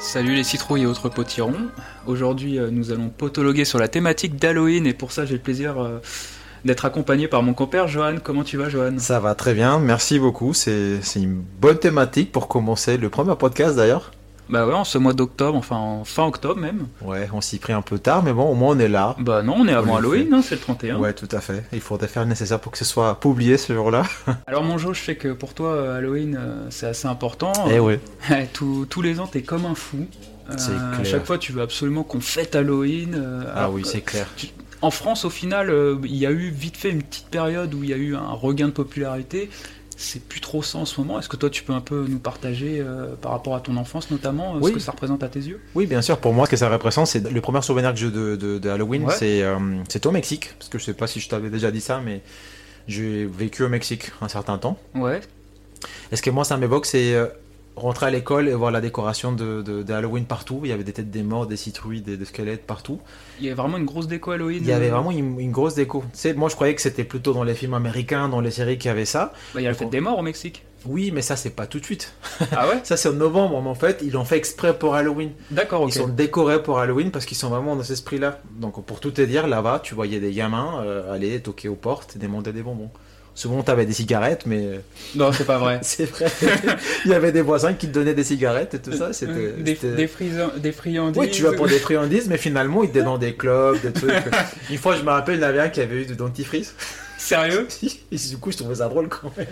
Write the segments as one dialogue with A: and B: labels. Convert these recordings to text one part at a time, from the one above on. A: Salut les citrouilles et autres potirons. Aujourd'hui, euh, nous allons potologuer sur la thématique d'Halloween et pour ça, j'ai le plaisir euh, d'être accompagné par mon compère Johan. Comment tu vas, Johan
B: Ça va très bien, merci beaucoup. C'est c'est une bonne thématique pour commencer le premier podcast d'ailleurs.
A: Bah ouais, en ce mois d'octobre, enfin en fin octobre même.
B: Ouais, on s'y prit un peu tard, mais bon, au moins on est là.
A: Bah non, on est avant
B: le
A: Halloween, hein, c'est le 31.
B: Ouais, tout à fait. Il faudrait faire le nécessaire pour que ce soit publié ce jour-là.
A: Alors mon Jo, je sais que pour toi, euh, Halloween, euh, c'est assez important.
B: Eh ouais.
A: Ouais, tous- tous les ans, t'es comme un fou. Euh,
B: C'est
A: À
B: clair.
A: chaque fois, tu veux absolument qu'on fête Halloween. euh,
B: Ah
A: alors
B: oui,
A: que-
B: c'est clair.
A: En France, au final, euh, il y a eu vite fait une petite période où il y a eu un regain de popularité. C'est plus trop ça en ce moment. Est-ce que toi, tu peux un peu nous partager euh, par rapport à ton enfance, notamment, euh,
B: Oui.
A: ce que ça représente à tes yeux
B: Oui, bien sûr. Pour moi, ce que ça représente, c'est le premier souvenir que j'ai de, de, de Halloween,
A: Ouais.
B: c'est euh, c'est au Mexique. Parce que je sais pas si je t'avais déjà dit ça, mais j'ai vécu au Mexique un certain temps.
A: Ouais.
B: Et ce que moi, ça m'évoque, c'est euh, rentrer à l'école et voir la décoration de, de, de Halloween partout. Il y avait des têtes des morts, des citrouilles, des, des squelettes partout.
A: Il y avait vraiment une grosse déco Halloween.
B: Il y avait
A: euh,
B: vraiment une, une grosse déco. Tu sais, moi, je croyais que c'était plutôt dans les films américains, dans les séries qu'il y avait ça.
A: bah, il y a la fête des morts au Mexique.
B: Oui, mais ça, c'est pas tout de suite.
A: ah ouais
B: Ça, c'est en novembre, mais en fait, ils l'ont fait exprès pour Halloween.
A: D'accord, ok.
B: Ils sont décorés pour Halloween parce qu'ils sont vraiment dans cet esprit-là. Donc, pour tout te dire, là-bas, tu voyais des gamins euh, aller toquer aux portes et demander des bonbons. Souvent, t'avais des cigarettes, mais euh,
A: Non, c'est pas vrai.
B: c'est vrai. Il y avait des voisins qui te donnaient des cigarettes et tout ça. C'était.
A: Euh, des,
B: c'était-
A: des, frisa- des friandises.
B: Oui, tu vas pour des friandises, mais finalement, ils te donnent des clubs, des trucs. Une fois, je me rappelle, il y en avait un qui avait eu du dentifrice.
A: Sérieux
B: Et du coup, je trouvais ça drôle quand même.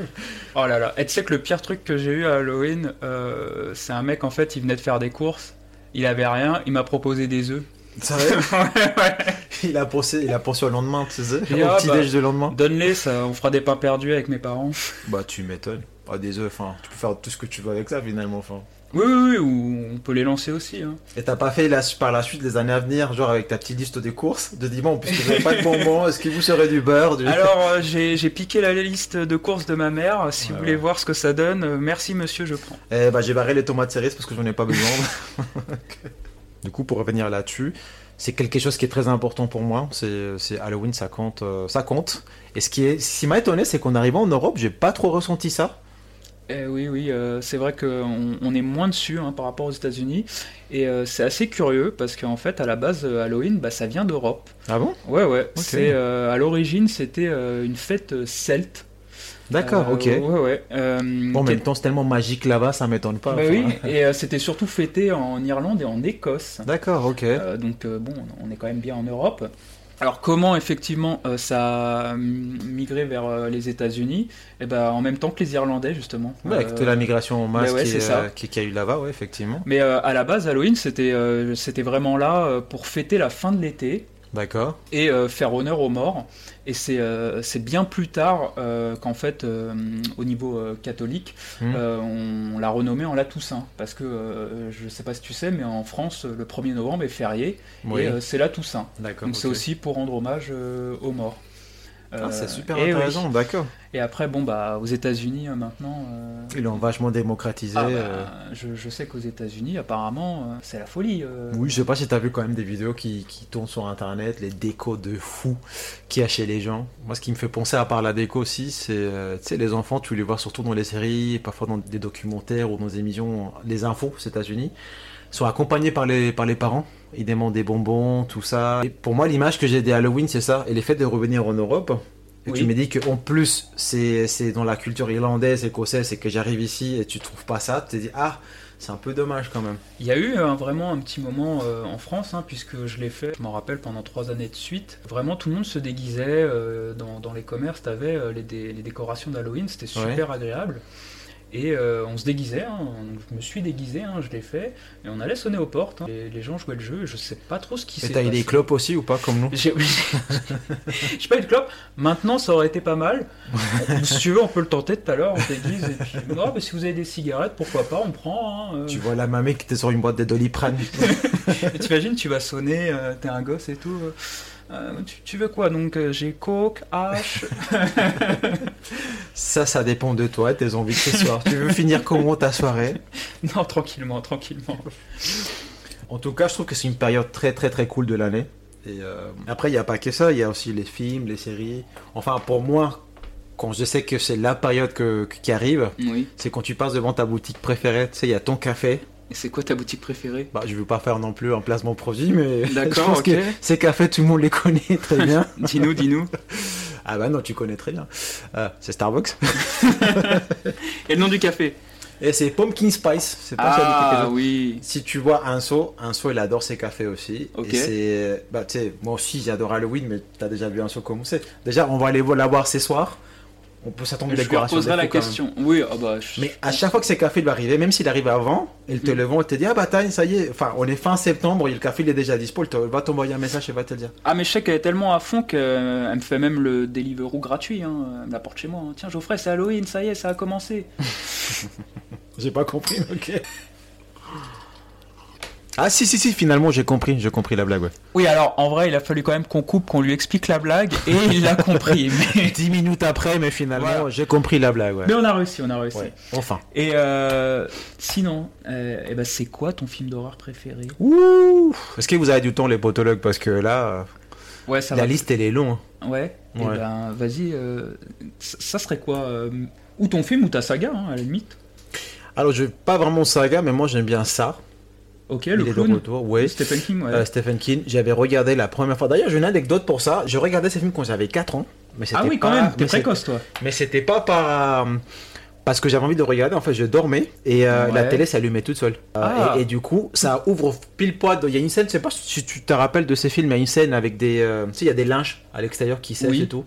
A: Oh là là. Et tu sais que le pire truc que j'ai eu à Halloween, euh, c'est un mec en fait, il venait de faire des courses, il avait rien, il m'a proposé des œufs.
B: Sérieux
A: ouais, ouais.
B: il, a pensé, il a pensé au lendemain, tu sais, au
A: Il dit, ah,
B: petit déj du lendemain.
A: Donne-les, ça, on fera des pains perdus avec mes parents.
B: Bah, tu m'étonnes. Ah, des œufs, enfin, tu peux faire tout ce que tu veux avec ça finalement. Enfin.
A: Oui, oui, oui, ou on peut les lancer aussi. hein.
B: Et t'as pas fait la- par la suite les années à venir, genre avec ta petite liste des courses, de dire bon, puisque vous n'avez pas de bonbons, est-ce qu'il vous serait du beurre du...
A: Alors, euh, j'ai j'ai piqué la liste de courses de ma mère. Si
B: Ouais,
A: vous voulez
B: ouais.
A: voir ce que ça donne, euh, merci monsieur, je prends.
B: Eh bah, j'ai barré les tomates cerises parce que j'en ai pas besoin. du coup, pour revenir là-dessus, c'est quelque chose qui est très important pour moi. C'est c'est Halloween, ça compte, euh, ça compte. Et ce qui est, ce qui m'a étonné, c'est qu'en arrivant en Europe, j'ai pas trop ressenti ça.
A: Eh oui, oui, euh, c'est vrai qu'on on est moins dessus hein, par rapport aux États-Unis. Et euh, c'est assez curieux parce qu'en fait, à la base, euh, Halloween, bah, ça vient d'Europe.
B: Ah bon
A: Ouais, ouais. C'est, euh, à l'origine, c'était euh, une fête euh, celte.
B: D'accord,
A: Euh,
B: ok.
A: Ouais, ouais. Euh,
B: Bon, en
A: qui
B: même temps, c'est tellement magique là-bas, ça m'étonne pas.
A: Bah
B: enfin.
A: oui, et euh, c'était surtout fêté en Irlande et en Écosse.
B: D'accord, ok.
A: Euh, donc euh, bon, on est quand même bien en Europe. Alors comment effectivement euh, ça a mm, migré vers euh, les États-Unis Eh ben en même temps que les Irlandais justement.
B: Ouais, Bah, avec
A: Euh,
B: toute la migration en masse
A: mais bah ouais,
B: qui,
A: c'est
B: est,
A: ça.
B: euh, qui- qui a eu là-bas, ouais, effectivement.
A: mais euh, à la base, Halloween, c'était euh, c'était vraiment là euh, pour fêter la fin de l'été
B: D'accord.
A: et euh, faire honneur aux morts. Et c'est euh, c'est bien plus tard euh, qu'en fait, euh, au niveau euh, catholique,
B: Hmm.
A: euh, on, on l'a renommé en la Toussaint. Parce que, euh, je sais pas si tu sais, mais en France, le 1er novembre est férié,
B: Oui.
A: et euh, c'est la Toussaint.
B: D'accord.
A: Donc c'est
B: ok.
A: aussi pour rendre hommage euh, aux morts. Euh,
B: Ah, c'est super
A: et
B: intéressant,
A: oui.
B: d'accord.
A: Et après, bon, bah, aux États-Unis euh, maintenant. euh,
B: Ils l'ont vachement démocratisé.
A: ah, bah,
B: euh.
A: je, je sais qu'aux États-Unis, apparemment, euh, c'est la folie. euh.
B: Oui, je sais pas si t'as vu quand même des vidéos qui, qui tournent sur internet, les décos de fous qu'il y a chez les gens. Moi, ce qui me fait penser à part la déco aussi, c'est, euh, tu sais, les enfants, tu les vois surtout dans les séries, parfois dans des documentaires ou dans des émissions, les infos aux États-Unis, sont accompagnés par les, par les parents. Ils demandent des bonbons, tout ça. Et pour moi, l'image que j'ai des Halloween, c'est ça. Et les fait de revenir en Europe. Et
A: Oui.
B: tu me dis qu'en plus, c'est c'est dans la culture irlandaise, écossaise, et que j'arrive ici et tu trouves pas ça, tu te dis, ah, c'est un peu dommage quand même.
A: Il y a eu euh, vraiment un petit moment euh, en France, hein, puisque je l'ai fait, je m'en rappelle, pendant trois années de suite. Vraiment, tout le monde se déguisait euh, dans, dans les commerces, t'avais euh, les, dé- les décorations d'Halloween, c'était super agréable. Et euh, on se déguisait, hein, donc je me suis déguisé, hein, je l'ai fait, et on allait sonner aux portes. hein. Les, les gens jouaient le jeu, je sais pas trop ce qui
B: Et
A: s'est
B: t'as eu
A: passé.
B: des clopes aussi ou pas comme nous
A: J'ai j'ai pas eu de clope. Maintenant, ça aurait été pas mal. si tu veux, on peut le tenter tout à l'heure, on déguise. Et puis... Non, mais si vous avez des cigarettes, pourquoi pas, on prend. hein, euh.
B: Tu vois la mamie qui était sur une boîte de doliprane.
A: Et T'imagines, tu vas sonner, euh, t'es un gosse et tout. euh, euh, tu, tu veux quoi Donc euh, j'ai coke, hache.
B: ça, ça dépend de toi, tes envies de ce soir. tu veux finir comment ta soirée
A: non, tranquillement, tranquillement.
B: En tout cas, je trouve que c'est une période très très très cool de l'année. Et euh, après, il n'y a pas que ça, il y a aussi les films, les séries. Enfin, pour moi, quand je sais que c'est la période que- que- qui arrive,
A: Oui.
B: c'est quand tu passes devant ta boutique préférée, tu sais, il y a ton café,
A: Et c'est quoi ta boutique préférée
B: Bah, je veux pas faire non plus un placement produit, mais je
A: D'accord,
B: pense
A: ok.
B: que ces cafés, tout le monde les connaît très bien.
A: Dis-nous, dis-nous.
B: ah bah non, tu connais très bien. Euh, c'est Starbucks.
A: Et le nom du café
B: Et c'est Pumpkin Spice. C'est pas celui qui fait
A: Ah
B: le-
A: oui.
B: Si tu vois Anso, Anso il adore ses cafés aussi.
A: Ok.
B: Et c'est, bah, tu sais, moi aussi j'adore Halloween, mais t'as déjà vu Anso comme c'est. Déjà, on va aller la voir ce soir. On peut s'attendre à
A: Je
B: des
A: lui
B: décorations
A: reposerai
B: des
A: la
B: fous, quand même.
A: question. Oui, ah bah. je-
B: Mais à chaque fois que ces cafés doivent arriver, même s'il arrive avant, ils te
A: Mm.
B: le vend, ils te disent Ah bah t'as, ça y est, enfin on est fin septembre, le café il est déjà dispo, il te- va t'envoyer un message et va te le dire.
A: Ah, mais je sais qu'elle est tellement à fond qu'elle me fait même le Deliveroo gratuit. Hein. Elle me l'apporte chez moi. hein. Tiens, Geoffrey, c'est Halloween, ça y est, ça a commencé.
B: J'ai pas compris, mais ok. Ah si si si finalement j'ai compris, j'ai compris la blague ouais.
A: Oui, alors en vrai, il a fallu quand même qu'on coupe, qu'on lui explique la blague et il l'a compris. Mais...
B: Dix minutes après mais finalement
A: Voilà.
B: j'ai compris la blague ouais.
C: Mais on a réussi, on a réussi.
B: Ouais, Enfin.
A: Et euh, sinon, euh, eh ben, c'est quoi ton film d'horreur préféré
B: Ouh Est-ce que vous avez du temps les potologues parce que là euh,
A: Ouais, ça
B: la
A: va.
B: liste elle est longue. hein.
A: Ouais, Eh
B: Ouais.
A: ben vas-y, euh, ça ça serait quoi euh, Ou ton film ou ta saga, hein, à la limite.
B: Alors je pas vraiment saga mais moi j'aime bien ça.
A: Ok,
B: Il
A: le
B: est de
A: clown.
B: retour, ouais.
A: Stephen King, ouais.
B: Euh, Stephen King. J'avais regardé la première fois. D'ailleurs, j'ai une anecdote pour ça. Je regardais ces films quand j'avais 4 ans. Mais c'était
A: ah oui, quand
B: pas-
A: même, t'es
B: mais c'était-
A: précoce, toi.
B: Mais c'était pas par. euh, Parce que j'avais envie de regarder, en fait, je dormais et euh,
A: Ouais.
B: la télé s'allumait toute seule. Euh,
A: Ah.
B: et, et du coup, ça ouvre pile poil. Il y a une scène, je sais pas si tu te rappelles de ces films, il y a une scène avec des. euh, tu sais, il y a des linges à l'extérieur qui sèchent
A: Oui.
B: et tout.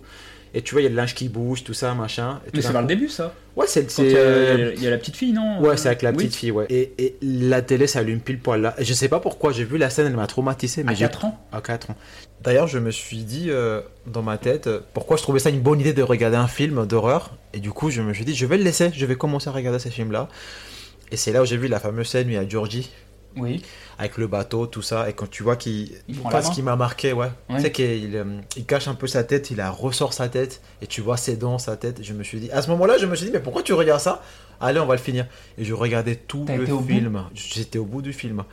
B: Et tu vois, il y a le linge qui bouge, tout ça, machin. Et tout
A: Mais c'est
B: d'un
A: vers le
B: coup-
A: début, ça.
B: Ouais, c'est.
A: Quand il
B: c'est,
A: y,
B: euh,
A: a- il y a la petite fille, non
C: euh,
B: Ouais, c'est avec la
A: Oui.
B: petite fille, ouais. Et, et la télé s'allume pile poil là. Et Je sais pas pourquoi, j'ai vu la scène, elle m'a traumatisé, mais
A: À
B: j'ai
A: 4 ans.
B: à 4 ans. D'ailleurs, je me suis dit euh, dans ma tête euh, pourquoi je trouvais ça une bonne idée de regarder un film d'horreur. Et du coup, je me suis dit, je vais le laisser, je vais commencer à regarder ces films-là. Et c'est là où j'ai vu la fameuse scène où il y a Georgie
A: Oui.
B: avec le bateau, tout ça. Et quand tu vois qu'il.
A: Il prend la
B: Enfin, ce
A: main.
B: qui m'a marqué, ouais.
A: Ouais.
B: C'est qu'il euh, il cache un peu sa tête, il la ressort sa tête. Et tu vois ses dents, sa tête. Je me suis dit, à ce moment-là, je me suis dit, mais pourquoi tu regardes ça Allez, on va le finir. Et je regardais tout
A: T'as
B: le
A: été au bout
B: film. J'étais au bout du film.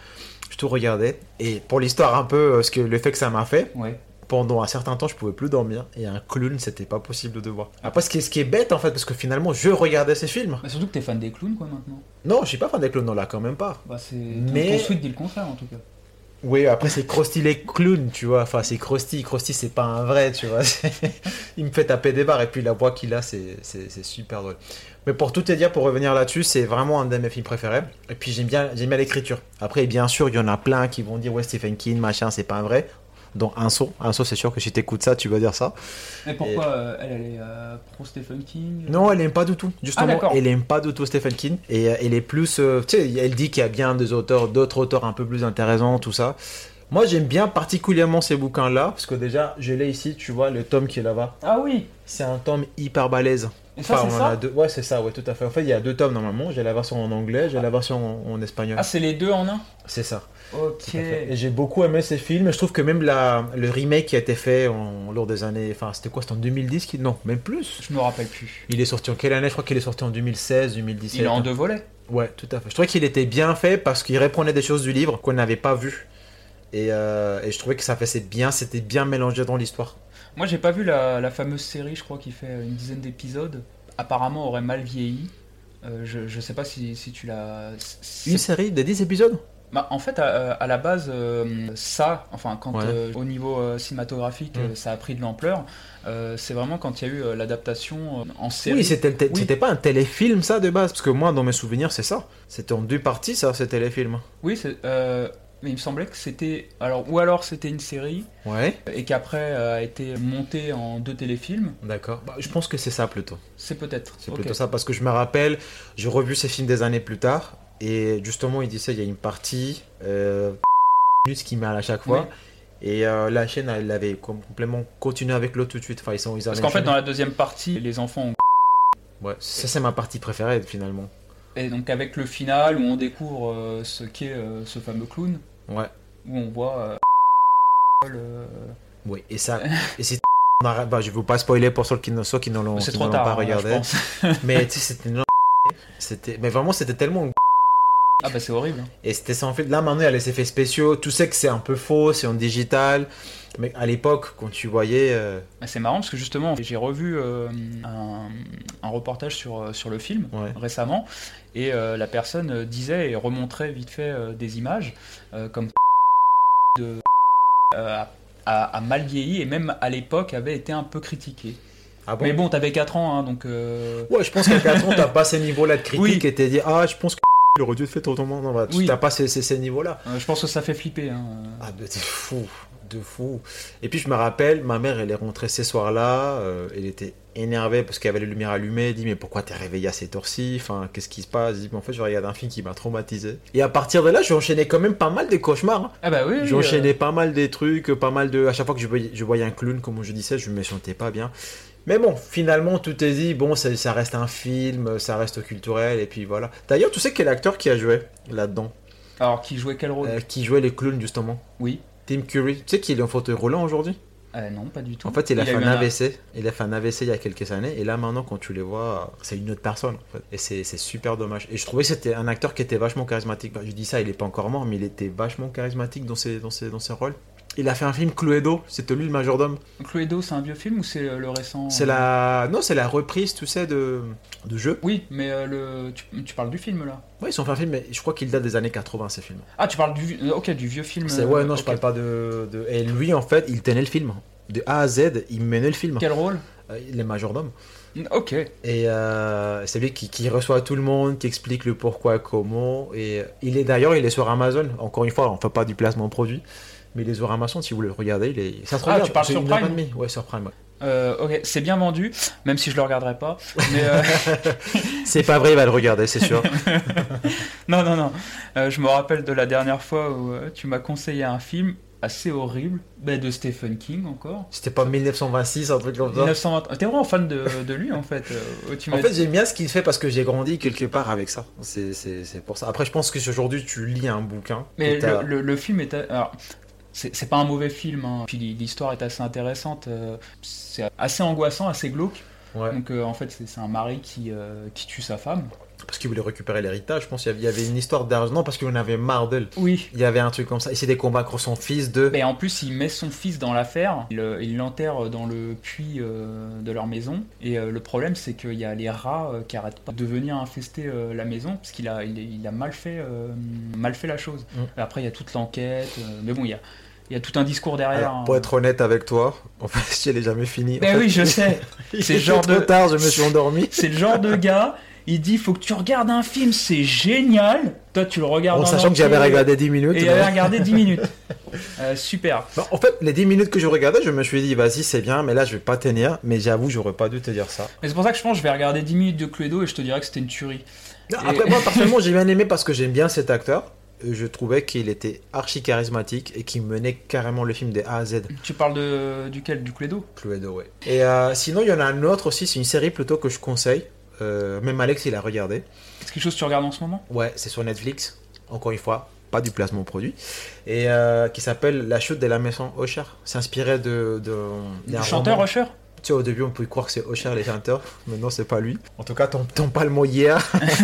B: Je tout regardais. Et pour l'histoire, un peu, euh, ce que l'effet que ça m'a fait
A: Ouais.
B: pendant un certain temps, je pouvais plus dormir et un clown, c'était pas possible de voir. Après, ce qui est, ce qui est bête en fait, parce que finalement, je regardais ces films.
C: Bah, surtout que t'es fan des clowns, quoi, maintenant.
B: Non, je suis pas fan des clowns, non, là, quand même pas.
C: Bah, c'est...
B: Mais-
C: Ton tweet dit le contraire, en tout cas.
B: Oui, après, c'est Krusty les clowns, tu vois. Enfin, c'est Krusty. Krusty, c'est pas un vrai, tu vois. C'est- Il me fait taper des barres et puis la voix qu'il a, c'est- c'est c'est super drôle. Mais pour tout te dire, pour revenir là-dessus, c'est vraiment un de mes films préférés. Et puis, j'aime bien, j'aime bien l'écriture. Après, bien sûr, il y en a plein qui vont dire, ouais, Stephen King, machin, c'est pas un vrai. Dans un son, un son, c'est sûr que si t'écoutes ça, tu vas dire ça.
C: Mais pourquoi euh, elle, elle est euh, pro Stephen King euh
B: Non, elle aime pas du tout.
C: Ah,
B: Justement,
C: d'accord.
B: elle aime pas du tout Stephen King. Et euh, elle est plus. euh, tu sais, elle dit qu'il y a bien des auteurs, d'autres auteurs un peu plus intéressants, tout ça. Moi, j'aime bien particulièrement ces bouquins-là, parce que déjà, je l'ai ici, tu vois, le tome qui est là-bas.
C: Ah oui
B: C'est un tome hyper balèze.
C: Et ça,
B: Enfin,
C: c'est
B: on en
C: ça
B: a deux. Ouais, c'est ça, ouais, tout à fait. En fait, il y a deux tomes normalement. J'ai la version en anglais, j'ai la version en, en espagnol.
C: Ah, c'est les deux en un
B: C'est ça.
C: Ok.
B: hein. Tout à fait. Et j'ai beaucoup aimé ces films. Je trouve que même la, le remake qui a été fait en, lors des années. Enfin, c'était quoi C'était en 2010 qui- Non, même plus.
C: Je me rappelle plus.
B: Il est sorti en quelle année Je crois qu'il est sorti en 2016, 2017.
C: Il est en deux volets.
B: Ouais, tout à fait. Je trouvais qu'il était bien fait parce qu'il reprenait des choses du livre qu'on n'avait pas vues. Et, euh, et je trouvais que ça faisait bien, c'était bien mélangé dans l'histoire.
C: Moi, j'ai pas vu la, la fameuse série, je crois, qui fait une dizaine d'épisodes. Apparemment, aurait mal vieilli. Euh, je, je sais pas si, si tu l'as. c'est-
B: Une série de 10 épisodes
C: Bah, en fait, à, à la base, euh, ça, enfin, quand
B: Ouais.
C: euh, au niveau euh, cinématographique,
B: Mm.
C: euh, ça a pris de l'ampleur, euh, c'est vraiment quand il y a eu euh, l'adaptation euh, en série.
B: Oui, c'était le té-
C: Oui.
B: c'était pas un téléfilm ça de base, parce que moi dans mes souvenirs c'est ça. C'était en deux parties ça, ce téléfilm.
C: Oui, c'est- euh, mais il me semblait que c'était. Alors, ou alors c'était une série,
B: Ouais,
C: et qu'après euh, a été montée en deux téléfilms.
B: d'accord. Bah, je pense que c'est ça plutôt.
C: C'est peut-être.
B: C'est
C: Ok.
B: plutôt ça, parce que je me rappelle, j'ai revu ces films des années plus tard, et justement, il disait, il y a une partie, euh, minutes qui mêle à chaque fois, et euh, la chaîne, elle avait com- complètement continué avec l'autre tout de suite. Enfin, ils sont, ils
C: Parce
B: avaient
C: qu'en fait, dans la
B: enchaîné.
C: deuxième partie, les enfants ont.
B: Ouais, ça, c'est ma partie préférée, finalement.
C: Et donc, avec le final où on découvre euh, ce qu'est euh, ce fameux clown,
B: Ouais.
C: où on voit. euh, le-
B: Oui, et ça, et c'est... on arrête- bah, je ne veux pas spoiler pour ceux qui ne, ceux qui ne l'ont
C: C'est
B: qui
C: trop
B: ne l'ont
C: tard,
B: pas
C: hein, là, je
B: regardé.
C: pense.
B: Mais tu sais, c'était une c'était mais vraiment c'était tellement une
A: Ah bah c'est horrible.
B: Et c'était sans fil. Là maintenant il y a les effets spéciaux. Tu sais que c'est un peu faux, c'est en digital. Mais à l'époque, quand tu voyais. euh,
A: Bah, C'est marrant parce que justement, j'ai revu euh, un, un reportage sur, euh, sur le film
B: Ouais.
A: récemment et euh, la personne euh, disait et remontrait vite fait euh, des images euh, comme de euh, a- a, a mal vieilli et même à l'époque avait été un peu critiqué.
B: Ah bon
A: Mais bon, t'avais 4 ans hein, donc. euh,
B: Ouais, je pense qu'à 4 ans, t'as pas ces niveaux-là de critique
A: Oui.
B: et t'es dit, ah, je pense que le aurait dû fait autrement. Non, voilà, tu-
A: Oui.
B: t'as pas ces, ces- ces niveaux-là.
A: euh, je pense que ça fait flipper. hein.
B: Ah, de de fou, de fou. Et puis, je me rappelle, ma mère, elle est rentrée ces soirs-là, euh, elle était énervée parce qu'il y avait les lumières allumées, elle dit, mais pourquoi t'es réveillé à cette heure-ci Enfin, qu'est-ce qui se passe Je dis, mais en fait, je regarde un film qui m'a traumatisé. Et à partir de là, j'ai enchaîné quand même pas mal des cauchemars. hein.
A: Ah bah oui. oui,
B: J'ai
A: euh,
B: enchaîné pas mal des trucs, pas mal de. À chaque fois que je voyais, je voyais un clown, comme je disais, je me sentais pas bien. Mais bon, finalement, tout est dit. Bon, ça, ça reste un film, ça reste culturel, et puis voilà. D'ailleurs, tu sais quel acteur qui a joué là-dedans
A: Alors qui jouait quel rôle
B: Euh, Qui jouait les clowns, justement
A: Oui.
B: Tim Curry. Tu sais qu'il est en fauteuil roulant aujourd'hui
A: Euh, Non, pas du tout.
B: En fait, il a, fait
A: eu
B: un AVC. Il a fait un AVC il y a quelques années, et là, maintenant, quand tu les vois, c'est une autre personne, en fait. Et c'est c'est super dommage. Et je trouvais que c'était un acteur qui était vachement charismatique. Bah, Je dis ça, il est pas encore mort, mais il était vachement charismatique dans ses, dans ses, dans ses rôles. Il a fait un film Cluedo, c'était lui le majordome.
A: Oh. Cluedo, c'est un vieux film ou c'est euh, le récent
B: C'est la. Non, c'est la reprise, tu sais, de, de jeu.
A: Oui, mais euh, le... tu, tu parles du film là.
B: Ouais, ils ont fait un film, mais je crois qu'il date des années 80, ces films.
A: Ah, tu parles du, euh, ok, du vieux film.
B: C'est-
A: euh,
B: Ouais, non, je
A: ok.
B: parle pas de, de- Et lui, en fait, il tenait le film. De A à Z, il menait le film.
A: Quel rôle
B: Euh, Il est majordome.
A: Ok.
B: Et euh, c'est lui qui, qui reçoit tout le monde, qui explique le pourquoi, comment. Et euh, il est d'ailleurs, il est sur Amazon. Encore une fois, on fait pas du placement produit, mais il est sur Amazon si vous voulez le regarder. Il est... Ça se
A: Ah,
B: regarde,
A: tu parles
B: c'est
A: sur
B: une heure et
A: Prime
B: demie. Ouais, sur Prime. ouais.
A: Euh, ok, c'est bien vendu, même si je le regarderai pas. Mais euh,
B: C'est pas vrai, il va le regarder, c'est sûr.
A: non, non, non. Euh, je me rappelle de la dernière fois où euh, tu m'as conseillé un film assez horrible, bah, de Stephen King encore.
B: C'était pas 1926, un truc comme ça.
A: 1920. T'es vraiment fan de, de lui en fait. euh, tu m'as
B: En fait,
A: dit-
B: j'aime bien ce qu'il fait parce que j'ai grandi quelque part avec ça. C'est- C'est c'est pour ça. Après, je pense que si aujourd'hui tu lis un bouquin.
A: Mais
B: et t'as-
A: le, le- le film est. Alors, c'est c'est pas un mauvais film, hein. puis l'histoire est assez intéressante. euh, C'est assez angoissant, assez glauque.
B: Ouais.
A: Donc euh, en fait, c'est c'est un mari qui, euh, qui tue sa femme.
B: Parce qu'il voulait récupérer l'héritage, je pense qu'il y avait- il y avait une histoire d'argent. Non, parce qu'il en avait marre d'elle.
A: Oui.
B: Il y avait un truc comme ça. Il s'était combattre son fils de.
A: Mais en plus, il met son fils dans l'affaire, il euh, il l'enterre dans le puits euh, de leur maison. Et euh, le problème, c'est qu'il y a les rats euh, qui arrêtent pas de venir infester euh, la maison, parce qu'il a, il, il a mal, fait, euh, mal fait la chose.
B: Mm.
A: Après, il y a toute l'enquête, euh, mais bon, il y a, il y a tout un discours derrière.
B: Alors,
A: hein.
B: pour être honnête avec toi, en fait, je l'ai jamais fini. En
A: Ben
B: fait,
A: oui, je sais,
B: il
A: c'est
B: était
A: genre
B: trop
A: de-
B: tard, je me suis endormi.
A: c'est le genre de gars, il dit faut que tu regardes un film, c'est génial. Toi, tu le regardes
B: En
A: en
B: sachant que
A: entier,
B: j'avais regardé 10 minutes.
A: euh, Et il
B: mais-
A: avait regardé 10 minutes. Euh, super.
B: Bah, en fait, les 10 minutes que je regardais, je me suis dit, vas-y, c'est bien, mais là, je vais pas tenir. Mais j'avoue, j'aurais pas dû te dire ça.
A: Mais c'est pour ça que je pense que je vais regarder 10 minutes de Cluedo et je te dirai que c'était une tuerie.
B: Non,
A: Et-
B: Après, moi, personnellement, j'ai bien aimé parce que j'aime bien cet acteur. Euh, Je trouvais qu'il était archi charismatique et qu'il menait carrément le film des A à Z.
A: Tu parles de duquel Du Cluedo
B: Cluedo, ouais. Et euh, sinon, il y en a un autre aussi, c'est une série plutôt que je conseille. Euh, même Alex, il a regardé.
A: C'est quelque chose que tu regardes en ce moment
B: Ouais, c'est sur Netflix, encore une fois, pas du placement produit. Et euh, qui s'appelle La chute de la maison Osher. C'est inspiré de. de d'un
A: Du chanteur
B: roman.
A: Usher
B: Tu sais, au début, on pouvait croire que c'est Osher les chanteurs, mais non, c'est pas lui. En tout cas, t'entends pas le mot hier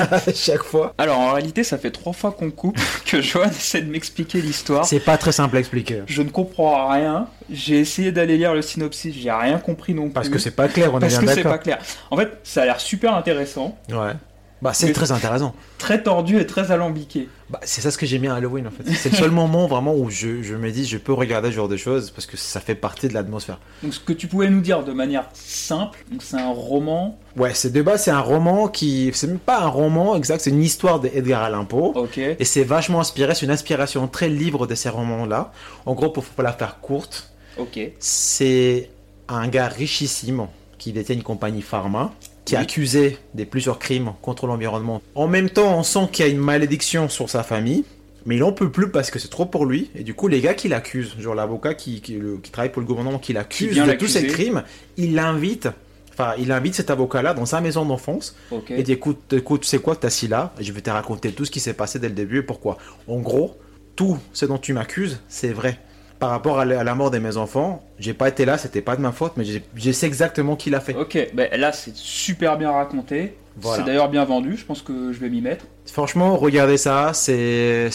B: à chaque fois.
A: Alors en réalité, ça fait trois fois qu'on coupe que Johan essaie de m'expliquer l'histoire.
B: C'est pas très simple à expliquer.
A: Je ne comprends rien. J'ai essayé d'aller lire le synopsis, j'ai rien compris non plus.
B: Parce que c'est pas clair, on
A: Parce
B: est
A: que
B: bien
A: c'est pas
B: d'accord.
A: clair. En fait, ça a l'air super intéressant,
B: Ouais. Bah, c'est
A: Mais-
B: très intéressant.
A: très tordu et très alambiqué.
B: Bah, c'est ça ce que j'aime bien à Halloween en fait. C'est le seul moment vraiment où je, je me dis je peux regarder ce genre de choses parce que ça fait partie de l'atmosphère.
A: Donc ce que tu pouvais nous dire de manière simple, donc c'est un roman,
B: Ouais, c'est de base, c'est un roman qui. C'est même pas un roman exact, c'est une histoire d'Edgar Allan Poe.
A: ok.
B: Et c'est vachement inspiré, c'est une inspiration très libre de ces romans-là. En gros, pour, pour la faire courte,
A: Ok.
B: c'est un gars richissime qui détient une compagnie pharma, qui est
A: Oui.
B: accusé de plusieurs crimes contre l'environnement. En même temps, on sent qu'il y a une malédiction sur sa famille, mais il en peut plus parce que c'est trop pour lui. Et du coup, les gars qui l'accusent, genre l'avocat qui, qui, le- qui travaille pour le gouvernement, qui l'accuse
A: vient
B: de tous ces
A: l'accuser.
B: crimes, il l'invite. Enfin, il invite cet avocat-là dans sa maison d'enfance
A: Ok.
B: et dit écoute, écoute, tu sais quoi, t'es assis là, je vais te raconter tout ce qui s'est passé dès le début et pourquoi. En gros, tout ce dont tu m'accuses, c'est vrai. par rapport à la mort de mes enfants, j'ai pas été là, c'était pas de ma faute, mais je sais exactement qui l'a fait.
A: Ok, bah là c'est super bien raconté. Voilà. C'est d'ailleurs bien vendu, je pense que je vais m'y mettre.
B: Franchement, regardez ça, c'est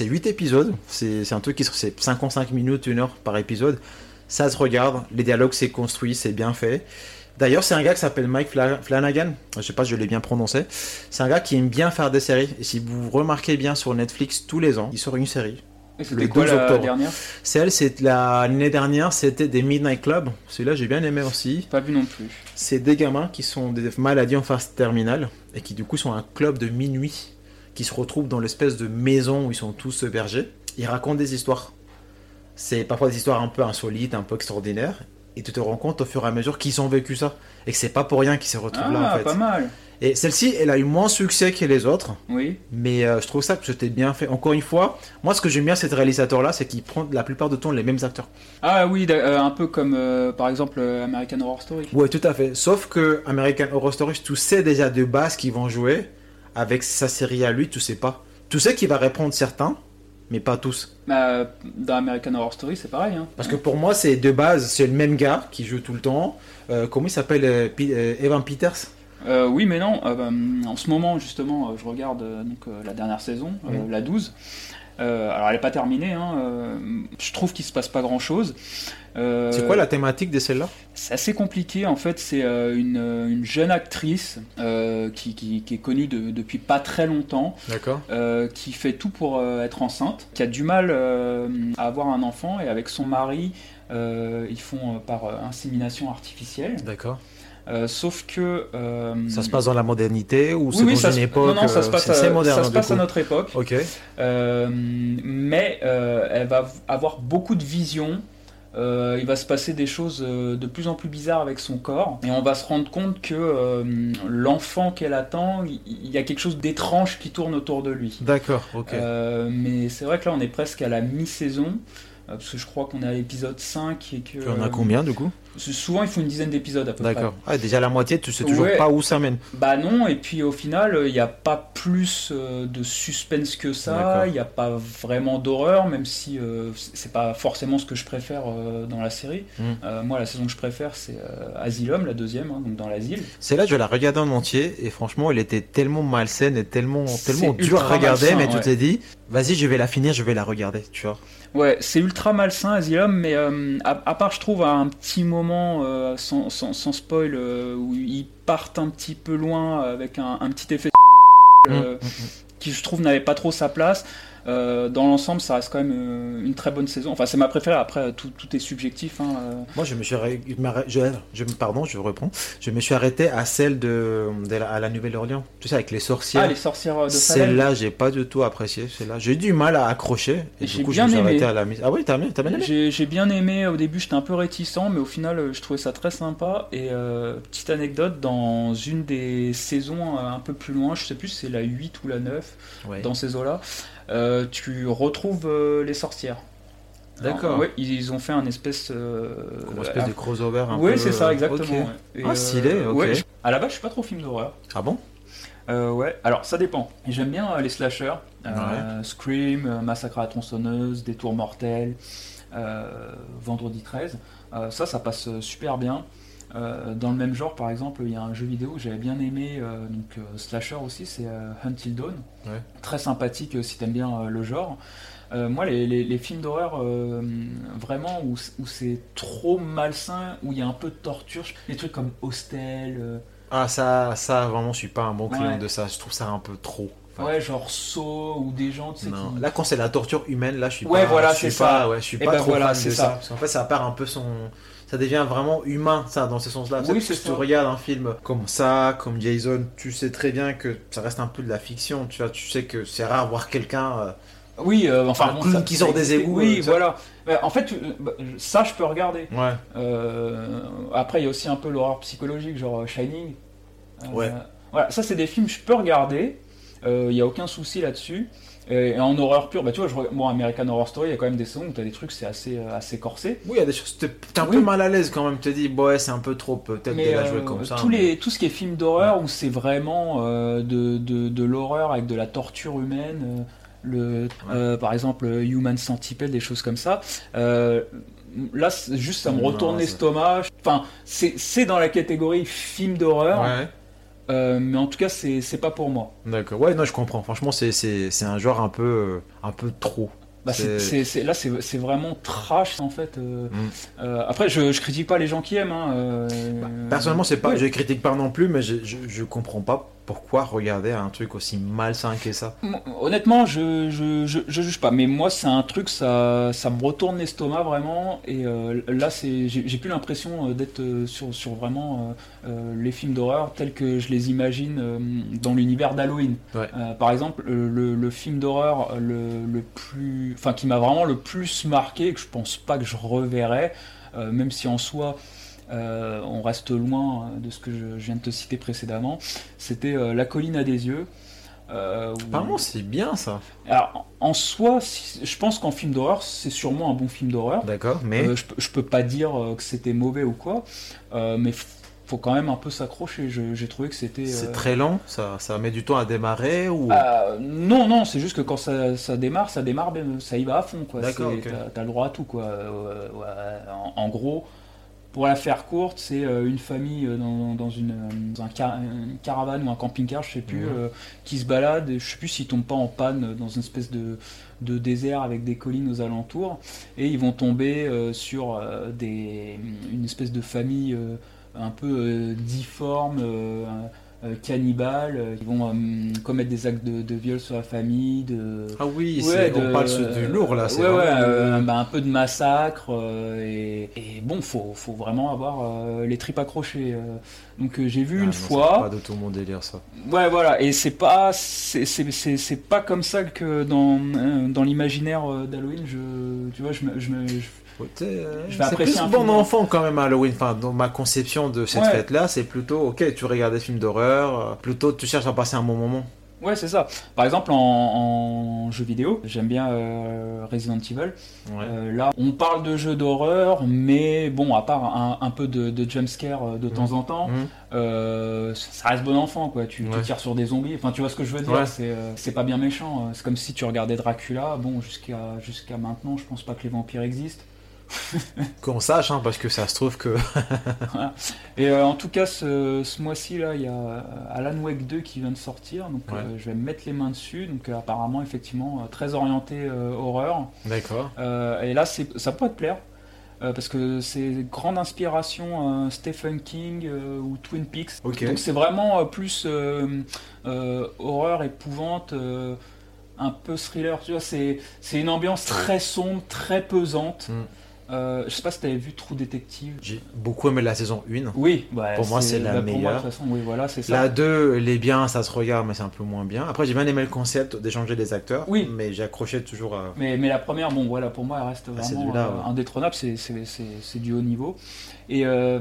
B: 8 épisodes, c'est un truc qui c'est 55 minutes, 1 heure par épisode. Ça se regarde, les dialogues c'est construit, c'est bien fait. D'ailleurs, c'est un gars qui s'appelle Mike Flanagan. Je sais pas si je l'ai bien prononcé. C'est un gars qui aime bien faire des séries. Et si vous remarquez bien sur Netflix, tous les ans, il sort une série.
A: C'était quoi 12 la octobre. dernière
B: Celle, c'est l'année dernière, c'était des Midnight Club. Celui-là, j'ai bien aimé aussi.
A: Pas vu non plus.
B: C'est des gamins qui sont des maladies en phase terminale et qui du coup sont un club de minuit qui se retrouvent dans l'espèce de maison où ils sont tous hébergés. Ils racontent des histoires. C'est parfois des histoires un peu insolites, un peu extraordinaires. Et tu te rends compte au fur et à mesure qu'ils ont vécu ça. Et que c'est pas pour rien qu'ils se retrouvent
A: ah,
B: là en fait.
A: pas mal
B: et celle-ci, elle a eu moins de succès que les autres.
A: Oui.
B: Mais euh, je trouve ça que c'était bien fait. Encore une fois, moi, ce que j'aime bien, cet réalisateur-là, c'est qu'il prend la plupart du temps les mêmes acteurs.
A: Ah oui, euh, un peu comme euh, par exemple American Horror Story.
B: Ouais, tout à fait. Sauf que American Horror Story, tu sais déjà de base qu'ils vont jouer. Avec sa série à lui, tu sais pas. Tu sais qu'il va répondre certains, mais pas tous.
A: Bah, dans American Horror Story, c'est pareil. Hein.
B: Parce que pour moi, c'est de base, c'est le même gars qui joue tout le temps. Euh, comment il s'appelle Evan Peters
A: euh, oui, mais non. Euh, bah, en ce moment, justement, euh, je regarde donc, la dernière saison,
B: Mm.
A: mmh. la 12. alors, elle n'est pas terminée. Hein, je trouve qu'il ne se passe pas grand-chose. Euh,
B: c'est quoi la thématique de celle-là
A: C'est assez compliqué. En fait, c'est euh, une, une, jeune actrice euh, qui, qui, qui, est connue de, depuis pas très longtemps. euh, qui fait tout pour euh, être enceinte, qui a du mal euh, à avoir un enfant. Et avec son mari, euh, ils font par insémination artificielle.
B: D'accord.
A: Euh, sauf que. Euh...
B: Ça se passe dans la modernité ou c'est oui, dans une se... époque euh,
A: Non, non, ça se passe, à,
B: moderne,
A: ça se passe à notre époque.
B: Ok.
A: Euh, mais euh, elle va avoir beaucoup de visions. Euh, il va se passer des choses euh, de plus en plus bizarres avec son corps et on va se rendre compte que euh, l'enfant qu'elle attend, il y a quelque chose d'étrange qui tourne autour de lui.
B: D'accord, ok.
A: Euh, mais c'est vrai que là on est presque à la mi-saison euh, parce que je crois qu'on est à l'épisode 5 et que...
B: Tu en as combien du coup
A: Souvent, il faut une dizaine d'épisodes à peu
B: près. D'accord. Ah, déjà la moitié, tu sais toujours ouais. pas où ça mène.
A: Bah non, et puis au final, euh, il n'y a pas plus euh, de suspense que ça, il n'y a pas vraiment d'horreur, même si euh, c'est pas forcément ce que je préfère euh, dans la série. Mm.
B: Hmm.
A: Euh, moi, la saison que je préfère, c'est euh, Asylum, la deuxième, hein, donc dans l'asile.
B: C'est là je la regardais en entier, et franchement, elle était tellement malsaine et tellement, tellement dure à regarder, malsain, mais ouais. tu t'es dit, vas-y, je vais la finir, je vais la regarder, tu vois.
A: Ouais, c'est ultra malsain, Asylum, mais euh, à, à, part, je trouve, à un petit moment euh, sans, sans, sans, spoil euh, où ils partent un petit peu loin avec un, un petit effet euh, mmh, mmh. qui je trouve n'avait pas trop sa place. Euh, dans l'ensemble, ça reste quand même euh, une très bonne saison. Enfin, c'est ma préférée. Après, euh, tout, tout est subjectif. Hein,
B: Moi, je me suis arrêt... je, je, pardon, je reprends. Je me suis arrêté à celle de, de la, à la Nouvelle-Orléans. Tu sais, avec les sorcières.
A: Ah, les sorcières de
B: Celle-là, j'ai pas du tout apprécié. Celle-là, j'ai du mal à accrocher. Et, et du coup,
A: bien
B: je me suis
A: aimé.
B: arrêté à la mise. Ah oui, t'as bien, as bien aimé.
A: J'ai ai bien aimé. Au début, j'étais un peu réticent, mais au final, euh, je trouvais ça très sympa. Et euh, petite anecdote, dans une des saisons euh, un peu plus loin, je sais plus si c'est la 8 ou la 9, ouais. dans ces eaux-là, euh, tu retrouves euh, les sorcières.
B: D'accord.
A: Ouais, ils ont fait un espèce. Euh,
B: une espèce euh, de crossover un
A: ouais,
B: peu.
A: c'est ça, exactement. Okay.
B: Ouais. Et, ah, stylé, ok.
A: Ouais, je, à la base, je suis pas trop film d'horreur.
B: Ah bon
A: euh, Ouais, alors ça dépend. J'aime bien euh, les slashers. Scream, euh, Massacre à la tronçonneuse, Détour mortel, euh, Vendredi 13. ça, ça passe euh, super bien. Euh, dans le même genre, par exemple, il y a un jeu vidéo que j'avais bien aimé, euh, donc slasher aussi, c'est euh, Until Dawn. Très sympathique euh, si t'aimes bien le genre. Euh, moi, les, les, les films d'horreur, euh, vraiment, où, où c'est trop malsain, où il y a un peu de torture, des trucs comme Hostel. Euh...
B: Ah, ça, ça, vraiment, je suis pas un bon client ouais. de ça. Je trouve ça un peu trop.
A: Enfin, ouais, genre saut ou des gens, tu sais. Qui...
B: Là, quand c'est la torture humaine, là, je suis
A: ouais,
B: pas.
A: Voilà,
B: je suis
A: ça.
B: Pas, ouais, je suis
A: Et
B: pas
A: ben
B: trop
A: voilà,
B: fan de
A: ça.
B: ça. Parce en fait, ça part un peu son. Ça devient vraiment humain, ça, dans ce sens-là.
A: Oui,
B: si
A: ça.
B: tu regardes un film comme ça, comme Jason, tu sais très bien que ça reste un peu de la fiction. Tu vois, tu sais que c'est rare voir quelqu'un.
A: Oui, euh, enfin,
B: bon, ça, qui sort des égouts.
A: Oui, euh, voilà. en fait, euh, bah, ça, je peux regarder.
B: Ouais.
A: Euh, après, il y a aussi un peu l'horreur psychologique, genre euh, Shining. Euh,
B: ouais.
A: Voilà, ça, c'est des films que je peux regarder. Il n'y a aucun souci là-dessus. Et en horreur pure, bah tu vois, je, moi, American Horror Story, il y a quand même des sons où t'as des trucs, c'est assez, euh, assez corsé.
B: Oui, il y a des choses, t'es un oui. peu mal à l'aise quand même, tu te dis, bon, ouais, c'est un peu trop, peut-être de la jouer comme
A: euh,
B: ça.
A: Tous mais... les, tout ce qui est euh, film d'horreur, ouais. où c'est vraiment de, de, de l'horreur avec de la torture humaine. le, euh, par exemple Human Centipede, des choses comme ça. Euh, là, c'est juste ça me
B: Non,
A: retourne
B: c'est-
A: l'estomac. Enfin, c'est c'est dans la catégorie film d'horreur,
B: Ouais.
A: euh, mais en tout cas, c'est c'est pas pour moi.
B: D'accord. Ouais, non, je comprends. Franchement, c'est- c'est c'est un genre un peu, euh, un peu trop.
A: Bah, c'est-
B: C'est-
A: c'est- c'est- là, c'est c'est vraiment trash en fait. euh,
B: Mm. Bah,
A: euh, après, je, je critique pas les gens qui aiment. hein, euh,
B: Personnellement, c'est pas.
A: ouais.
B: Je critique pas non plus, mais je, je, je comprends pas pourquoi regarder un truc aussi malsain que ça.
A: Moi, Honnêtement, je, je, je, je juge pas, mais moi c'est un truc, ça, ça me retourne l'estomac vraiment, et euh, là c'est, j'ai j'ai plus l'impression euh, d'être euh, sur, sur vraiment euh, euh, les films d'horreur tels que je les imagine euh, dans l'univers d'Halloween.
B: Ouais.
A: Euh, par exemple, euh, le, le film d'horreur euh, le, le plus, enfin qui m'a vraiment le plus marqué, et que je pense pas que je reverrai, euh, même si en soi euh, on reste loin euh, de ce que je, je viens de te citer précédemment, c'était euh, La colline à des yeux. euh, où-
B: Apparemment, c'est bien ça.
A: alors, en soi, si- je pense qu'en film d'horreur, c'est sûrement un bon film d'horreur.
B: D'accord, mais
A: Euh, je, peux- je peux pas dire euh, que c'était mauvais ou quoi, euh, mais f- faut quand même un peu s'accrocher. Je- J'ai trouvé que c'était.
B: c'est
A: euh,
B: très lent. Ça, ça met du temps à démarrer ou.
A: euh, non, non, c'est juste que quand ça, ça démarre, ça démarre, bien, ça y va à fond. quoi.
B: D'accord,
A: C'est-
B: ok.
A: T'as t'as le droit à tout. quoi. Euh, ouais, ouais, en, en gros, pour la faire courte, c'est euh, une famille euh, dans, dans une, euh, dans un car- une caravane ou un camping-car, je sais plus,
B: Mhm.
A: euh, qui se balade. et Je sais plus s'ils tombent pas en panne euh, dans une espèce de, de désert avec des collines aux alentours. Et ils vont tomber euh, sur euh, des, une espèce de famille euh, un peu euh, difforme. euh, euh, cannibales, euh, qui vont euh, commettre des actes de, de viol sur la famille, de...
B: Ah oui,
A: Ouais,
B: c'est-
A: de-
B: on parle sous du lourd là.
A: Ouais,
B: c'est
A: ouais,
B: vraiment-
A: euh, bah, un peu de massacre, euh, et, et bon, faut, faut vraiment avoir euh, les tripes accrochées. euh. Donc euh, j'ai vu
B: Ah,
A: une
B: non, c'est Pas
A: fois,
B: de tout mon délire ça.
A: ouais voilà, et c'est pas, c'est c'est- c'est- c'est pas comme ça que dans, euh, dans l'imaginaire euh, d'Halloween, je, tu vois, je me... Je me- je-
B: Ouais, t'es, euh,
A: Je vais
B: C'est
A: apprécier
B: plus
A: un
B: bon
A: film.
B: enfant quand même Halloween. Enfin, dans ma conception de cette
A: Ouais.
B: fête-là, c'est plutôt ok. Tu regardes des films d'horreur, euh, plutôt tu cherches à passer un bon moment.
A: Ouais, c'est ça. Par exemple, en, en jeu vidéo, j'aime bien euh, Resident Evil.
B: Ouais.
A: Euh, là, on parle de jeux d'horreur, mais bon, à part un, un peu de, de jumpscare euh, de temps en temps,
B: Mhm.
A: euh, ça ça reste bon enfant, quoi. Tu, tu
B: Ouais.
A: tires sur des zombies, enfin, tu vois ce que je veux dire,
B: Ouais.
A: c'est euh, c'est pas bien méchant. euh, C'est comme si tu regardais Dracula, bon, jusqu'à jusqu'à maintenant, je pense pas que les vampires existent.
B: Qu'on sache, hein, parce que ça se trouve que
A: Et euh, en tout cas, ce, ce mois-ci, là, il y a euh, Alan Wake 2 qui vient de sortir, donc
B: Ouais.
A: euh, je vais me mettre les mains dessus. Donc, euh, apparemment, effectivement, euh, très orienté euh, horreur.
B: d'accord.
A: Euh, et là, c'est- ça pourrait te plaire. euh, parce que c'est grande inspiration euh, Stephen King euh, ou Twin Peaks.
B: Ok.
A: Donc c'est vraiment euh, plus euh, euh, horreur, épouvante, euh, un peu thriller. Tu vois, c'est c'est une ambiance très sombre, très pesante.
B: Mm.
A: Euh, je sais pas si t'avais vu Trou Détective.
B: J'ai beaucoup aimé la saison 1.
A: Oui, bah,
B: Pour moi, c'est la
A: bah, pour moi,
B: meilleure.
A: de toute façon, oui, voilà, c'est ça.
B: La 2, elle est bien, ça se regarde, mais c'est un peu moins bien. Après, j'ai bien aimé le concept d'échanger des acteurs,
A: Oui. Euh,
B: mais j'accrochais toujours à.
A: Mais, mais la première, bon voilà, pour moi, elle reste
B: Ah, c'est
A: vraiment
B: du là,
A: euh,
B: ouais.
A: indétrônable, c'est- c'est c'est- c'est du haut niveau. Et euh,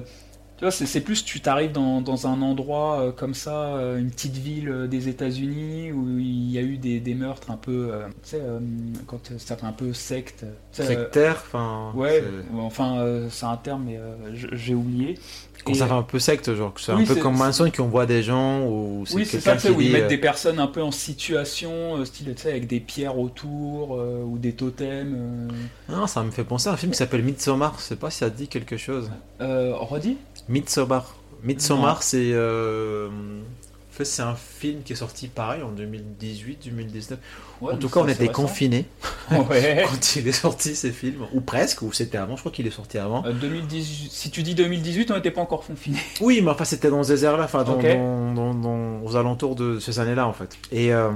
A: tu vois, c'est c'est plus tu t'arrives dans, dans un endroit euh, comme ça, euh, une petite ville euh, des États-Unis, où il y a eu des, des meurtres un peu, euh, tu sais, euh, quand euh, ça fait un peu secte. tu sais, euh,
B: Sectaire, enfin.
A: ouais,
B: c'est-
A: enfin, euh, c'est un terme, mais euh, je- j'ai oublié.
B: Quand
A: Et-
B: ça fait un peu secte, genre, que c'est
A: Oui,
B: un peu
A: c'est-
B: comme Manson qui envoie des gens, ou c'est
A: Oui, c'est ça,
B: quelqu'un
A: tu sais,
B: qui
A: où ils
B: dit.
A: mettent
B: euh,
A: des personnes un peu en situation, euh, style, tu sais, avec des pierres autour, euh, ou des totems.
B: Non, Ah, ça me fait penser à un film qui s'appelle Midsommar, je sais pas si ça te dit quelque chose.
A: Euh, euh, redis
B: Midsommar. Midsommar, c'est. euh, En fait, c'est un film qui est sorti pareil en 2018, 2019.
A: Ouais,
B: en tout
A: mais
B: cas, on
A: ça, c'est
B: était
A: récent.
B: confinés
A: Ouais.
B: quand il est sorti ces films, ou presque, ou c'était avant, je crois qu'il est sorti avant.
A: Euh, 2018, si tu dis 2018, on n'était pas encore confiné.
B: Oui, mais enfin, c'était dans ce désert-là, enfin, dans,
A: Ok.
B: dans- dans- dans- aux alentours de ces années-là, en fait. Et euh,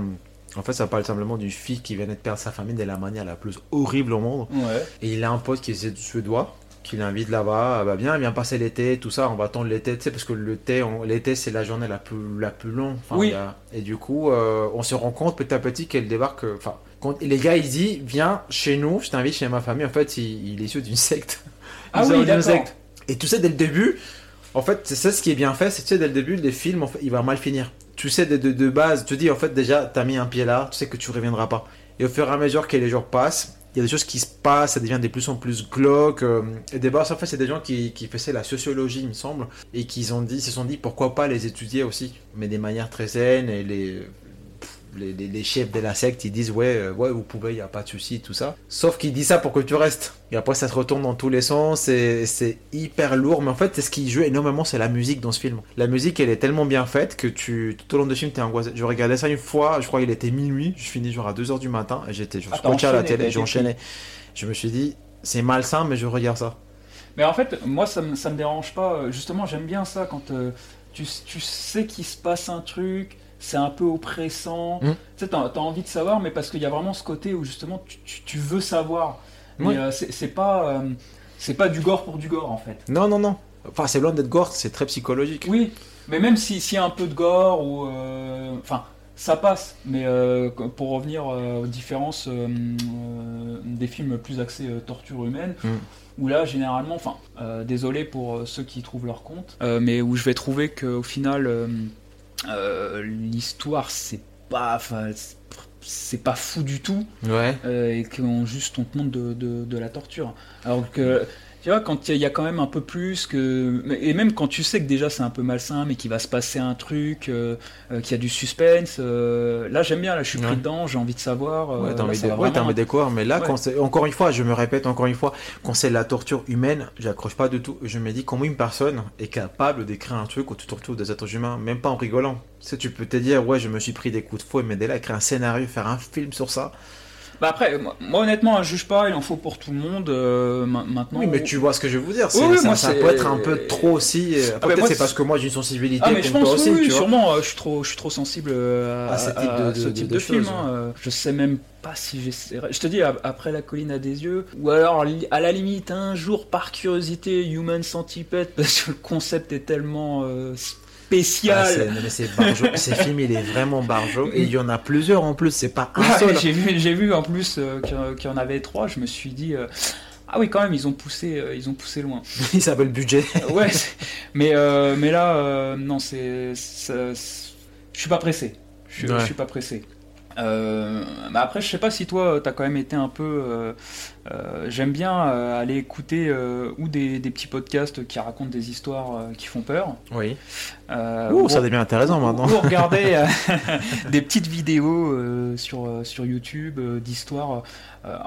B: en fait, ça parle simplement d'une fille qui vient de perdre sa famille de la manière la plus horrible au monde.
A: Ouais.
B: Et il a un pote qui est suédois, qui l'invite là-bas, Ah bah viens, viens passer l'été, tout ça, on va attendre l'été, tu sais, parce que le thé, on- l'été, c'est la journée la plus, la plus longue. Enfin,
A: Oui.
B: il y a- Et du coup, euh, on se rend compte petit à petit qu'elle débarque, euh, enfin, quand et les gars, ils disent, viens chez nous, je t'invite chez ma famille, en fait, il, il est issu d'une secte.
A: Ah
B: Ils
A: oui,
B: sont d'une
A: d'accord.
B: secte. Et tout ça dès le début, en fait, c'est ça ce qui est bien fait, c'est tu sais, dès le début, les films, en fait, il va mal finir. Tu sais, de, de, de base, tu dis, en fait, déjà, t'as mis un pied là, tu sais que tu reviendras pas. Et au fur et à mesure que les jours passent, il y a des choses qui se passent, ça devient de plus en plus glauque. euh, et des bases, en fait, c'est des gens qui, qui faisaient la sociologie, il me semble, et qui ils ont dit, se sont dit pourquoi pas les étudier aussi, mais des manières très saines et les. pff, les, les- les chefs de la secte, ils disent ouais, euh, ouais, vous pouvez, il n'y a pas de souci, tout ça. Sauf qu'ils disent ça pour que tu restes. Et après, ça se retourne dans tous les sens, et c'est hyper lourd. Mais en fait, c'est ce qui joue énormément, c'est la musique dans ce film. La musique, elle est tellement bien faite que tu, tout au long du film, t'es angoissé. Je regardais ça une fois, je crois qu'il était minuit, je finis genre à 2h du matin, et j'étais, je
A: Ah, t'as
B: scotchais à la
A: enchaîné,
B: télé,
A: t'as été
B: j'enchaînais. Je me suis dit, c'est malsain, mais je regarde ça.
A: Mais en fait, moi, ça me, ça me dérange pas. Euh, Justement, j'aime bien ça quand euh, tu, tu sais qu'il se passe un truc, c'est un peu oppressant.
B: Mm.
A: Tu sais, t'as as envie de savoir, mais parce qu'il y a vraiment ce côté où justement tu, tu- tu veux savoir. Mais
B: Ouais.
A: euh, c'est c'est pas, euh, c'est pas du gore pour du gore en fait.
B: Non, non, non. Enfin, c'est loin d'être gore, c'est très psychologique.
A: Oui, mais même si- s'il y a un peu de gore ou. euh, Enfin. ça passe, mais euh, pour revenir euh, aux différences euh, euh, des films plus axés euh, torture humaine,
B: Mm.
A: où là généralement, enfin, euh, désolé pour euh, ceux qui y trouvent leur compte, euh, mais où je vais trouver qu'au final, euh, euh, l'histoire c'est pas, enfin, c'est- c'est pas fou du tout,
B: Ouais.
A: euh, et qu'on juste on te montre de, de- de la torture. Alors que tu vois quand il y a quand même un peu plus que mais- et même quand tu sais que déjà c'est un peu malsain mais qu'il va se passer un truc, euh, euh, qu'il y a du suspense, euh, là j'aime bien, là je suis pris
B: Ouais.
A: dedans, j'ai envie de savoir. euh,
B: Ouais,
A: là,
B: t'as envie
A: ça
B: de-
A: va
B: ouais, t'as
A: vraiment
B: envie de découvrir, mais là,
A: Ouais.
B: quand c'est, encore une fois, je me répète encore une fois, quand c'est la torture humaine, j'accroche pas du tout. Je me dis comment une personne est capable d'écrire un truc où tu tortures des êtres humains, même pas en rigolant. Tu sais, tu peux te dire, ouais, je me suis pris des coups de fouet, mais dès là, écrire un scénario, faire un film sur ça.
A: Bah après, moi, moi, honnêtement, je juge pas, il en faut pour tout le monde euh, ma- maintenant.
B: Oui, mais tu vois ce que je veux vous dire. c'est-
A: Oui, oui,
B: ça,
A: moi,
B: ça
A: c'est- Ah,
B: peut être un peu trop aussi. euh,
A: mais
B: Après, peut-être
A: moi,
B: c'est
A: c'est-
B: parce que moi, j'ai une sensibilité
A: Ah mais je
B: comme toi
A: pense
B: aussi,
A: oui, oui,
B: tu vois.
A: sûrement euh, je suis trop je suis trop sensible euh, à,
B: À ce type
A: à-
B: de-
A: à ce
B: de-
A: type
B: de-
A: de
B: de
A: film
B: choses,
A: hein, euh, je sais même pas si j'essaierai je te dis ap- après la colline à des yeux ou alors li- à la limite un jour par curiosité Human Centipede parce que le concept est tellement euh,
B: Ah,
A: spécial
B: c'est- non, mais c'est barjo. Ces films, il est vraiment barjo. Et il y en a plusieurs en plus, Ah, c'est pas un
A: Ouais,
B: seul.
A: j'ai vu j'ai vu en plus euh, qu'il y en- qu'il y en avait trois je me suis dit euh, ah oui quand même ils ont poussé euh, ils ont poussé loin
B: Il s'appelle Budget.
A: ouais, c'est- mais, euh, mais là, euh, non, c'est. ça- c'est- Je suis pas pressé. Je suis-
B: Ouais.
A: je suis pas pressé. Euh, bah après, je sais pas si toi, euh, t'as quand même été un peu. euh, euh, J'aime bien euh, aller écouter euh, ou des, des petits podcasts qui racontent des histoires euh, qui font peur.
B: Oui.
A: euh,
B: Ouh,
A: ou-
B: ça devient intéressant maintenant.
A: ou regarder euh, des petites vidéos euh, sur, euh, sur YouTube euh, d'histoires. euh,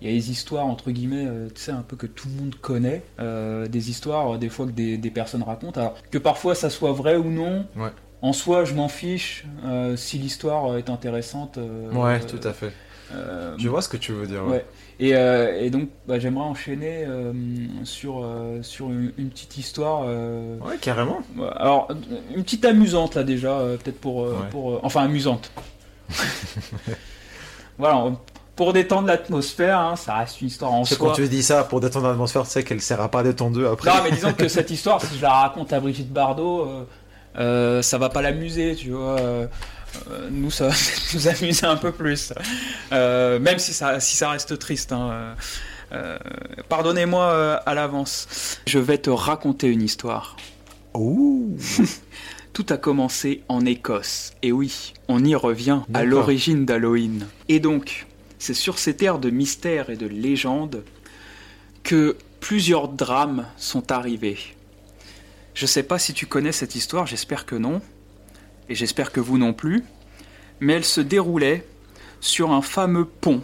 A: Il y a des histoires, entre guillemets, euh, tu sais, un peu que tout le monde connaît. euh, des histoires, euh, des fois, que des, des personnes racontent. Alors, que parfois ça soit vrai ou non.
B: Ouais.
A: En soi, je m'en fiche euh, si l'histoire euh, est intéressante. euh, euh,
B: Ouais, tout à fait.
A: euh,
B: Je vois ce que tu veux dire.
A: Ouais. et, euh, et donc, bah, j'aimerais enchaîner euh, sur, euh, sur une, une petite histoire euh,
B: Ouais, carrément.
A: Ouais, Alors, une petite amusante là déjà, euh, peut-être pour, euh,
B: Ouais.
A: pour euh, enfin amusante. voilà, on- pour détendre l'atmosphère, hein, ça reste une histoire en
B: C'est
A: soi.
B: quand tu dis ça pour détendre l'atmosphère, tu sais qu'elle sert à pas détendue après.
A: Non, mais disons que cette histoire, si je la raconte à Brigitte Bardot, euh, euh, ça va pas l'amuser, tu vois. euh, euh, nous, ça va peut-être nous amuser un peu plus. Euh, même si ça, si ça reste triste. hein, euh, euh, Pardonnez-moi euh, à l'avance. Je vais te raconter une histoire.
B: Ouh.
A: Tout a commencé en Écosse. Et oui, on y revient à
B: D'accord.
A: l'origine d'Halloween. Et donc, c'est sur ces terres de mystère et de légende que plusieurs drames sont arrivés. Je sais pas si tu connais cette histoire, j'espère que non. Et j'espère que vous non plus. Mais elle se déroulait sur un fameux pont.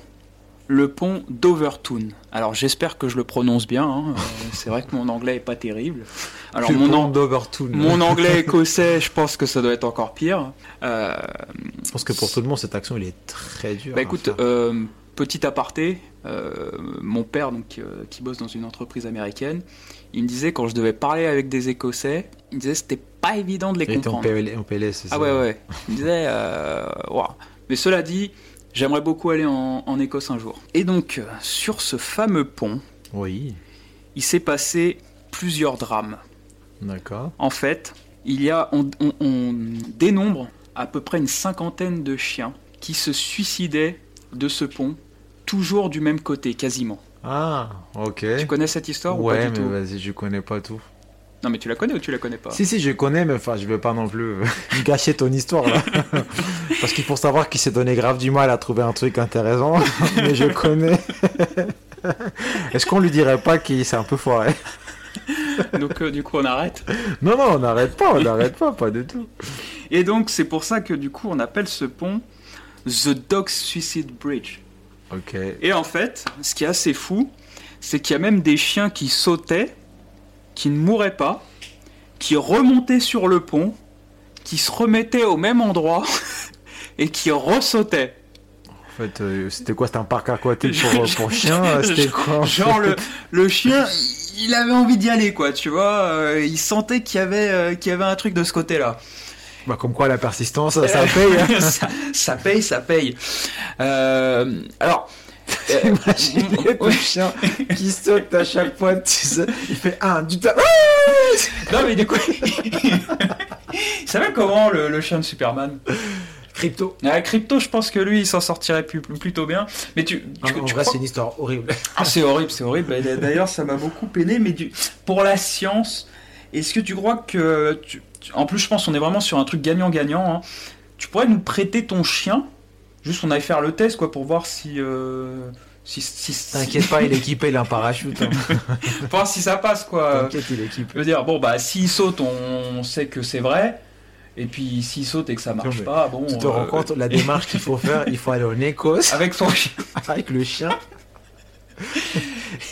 A: Le pont d'Overton. Alors j'espère que je le prononce bien. hein, euh, C'est vrai que mon anglais est pas terrible. Alors
B: Tu
A: mon,
B: prends
A: an-
B: d'Overtoon.
A: mon anglais écossais, je pense que ça doit être encore pire. Euh,
B: Je pense que pour tout le monde, cette action, il est très hein, dur.
A: bah
B: à
A: écoute,
B: faire.
A: euh, petit aparté, euh, mon père donc euh, qui bosse dans une entreprise américaine, il me disait quand je devais parler avec des écossais, il me disait c'était pas évident de les
B: il était en
A: comprendre.
B: PL, en PLS. c'est
A: Ah
B: ça
A: ouais ouais, il me disait euh, waouh. Mais cela dit, j'aimerais beaucoup aller en, en Écosse un jour. Et donc euh, sur ce fameux pont,
B: Oui.
A: il s'est passé plusieurs drames.
B: D'accord.
A: En fait, il y a, on, on- on dénombre à peu près une cinquantaine de chiens qui se suicidaient de ce pont, toujours du même côté, quasiment.
B: Ah, ok.
A: Tu connais cette histoire ou pas
B: ouais,
A: du
B: mais
A: tout
B: vas-y, je connais pas tout.
A: Non, mais tu la connais ou tu la connais pas
B: Si, si, je connais, mais enfin, je vais pas non plus euh, gâcher ton histoire là. Parce qu'il faut savoir qu'il s'est donné grave du mal à trouver un truc intéressant, mais je connais. Est-ce qu'on lui dirait pas qu'il s'est un peu foiré
A: Donc, euh, du coup, on arrête.
B: Non, non, on n'arrête pas, on n'arrête pas, pas du tout.
A: Et donc, c'est pour ça que, du coup, on appelle ce pont The Dog Suicide Bridge.
B: Ok.
A: Et en fait, ce qui est assez fou, c'est qu'il y a même des chiens qui sautaient, qui ne mouraient pas, qui remontaient sur le pont, qui se remettaient au même endroit et qui ressautaient.
B: En fait, euh, c'était quoi C'était un parc aquatique pour, euh, pour chiens C'était quoi en fait
A: Genre le, le chien, il avait envie d'y aller, quoi, tu vois. euh, il sentait qu'il y, avait, euh, qu'il y avait un truc de ce côté-là.
B: Bah, Comme quoi, la persistance, ça, ça paye. hein.
A: ça, ça paye, ça paye. Euh, alors, euh,
B: Imaginez le chien qui saute à chaque fois, tu sais, il fait un du ta-
A: non mais du coup, il savait comment le, le chien de Superman
B: Crypto.
A: Ah, Crypto, je pense que lui, il s'en sortirait plus- plutôt bien. Mais tu, tu,
B: En- en
A: tu
B: vrai,
A: crois-
B: c'est une histoire horrible.
A: Ah, c'est horrible, c'est horrible. Et D'ailleurs, ça m'a beaucoup peiné, mais du... pour la science, est-ce que tu crois que. tu- tu- En plus, je pense qu'on est vraiment sur un truc gagnant-gagnant. hein. Tu pourrais nous prêter ton chien Juste, on allait faire le test, quoi, pour voir si. euh, Si, si, si-
B: T'inquiète pas, il est équipé, il a un parachute. hein.
A: pour voir si ça passe, quoi.
B: T'inquiète, il est équipé.
A: Je veux dire, bon, bah, s'il saute, on sait que c'est vrai. Et puis, s'il saute et que ça marche
B: mais
A: pas, bon.
B: Tu te
A: euh,
B: rends compte, la démarche qu'il faut faire, il faut aller en Écosse
A: Avec son chien.
B: avec le chien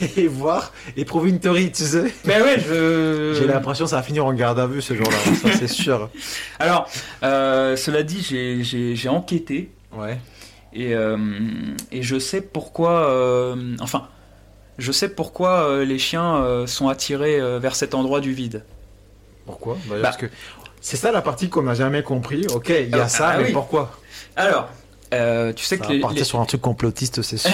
B: et voir, éprouver une théorie, tu sais.
A: Mais ouais, je.
B: J'ai l'impression que ça va finir en garde à vue ce jour-là, ça c'est sûr.
A: Alors, euh, cela dit, j'ai- j'ai j'ai enquêté.
B: Ouais.
A: Et, euh, et je sais pourquoi. euh, enfin, je sais pourquoi euh, les chiens euh, sont attirés euh, vers cet endroit du vide.
B: Pourquoi Bah,
A: Bah.
B: Parce que c'est ça la partie qu'on n'a jamais compris. Ok, il y a
A: Ah,
B: ça,
A: ah
B: mais
A: oui.
B: pourquoi
A: Alors, euh, tu sais
B: Ça
A: que
B: va
A: les,
B: partir
A: les-
B: sur un truc complotiste, c'est sûr.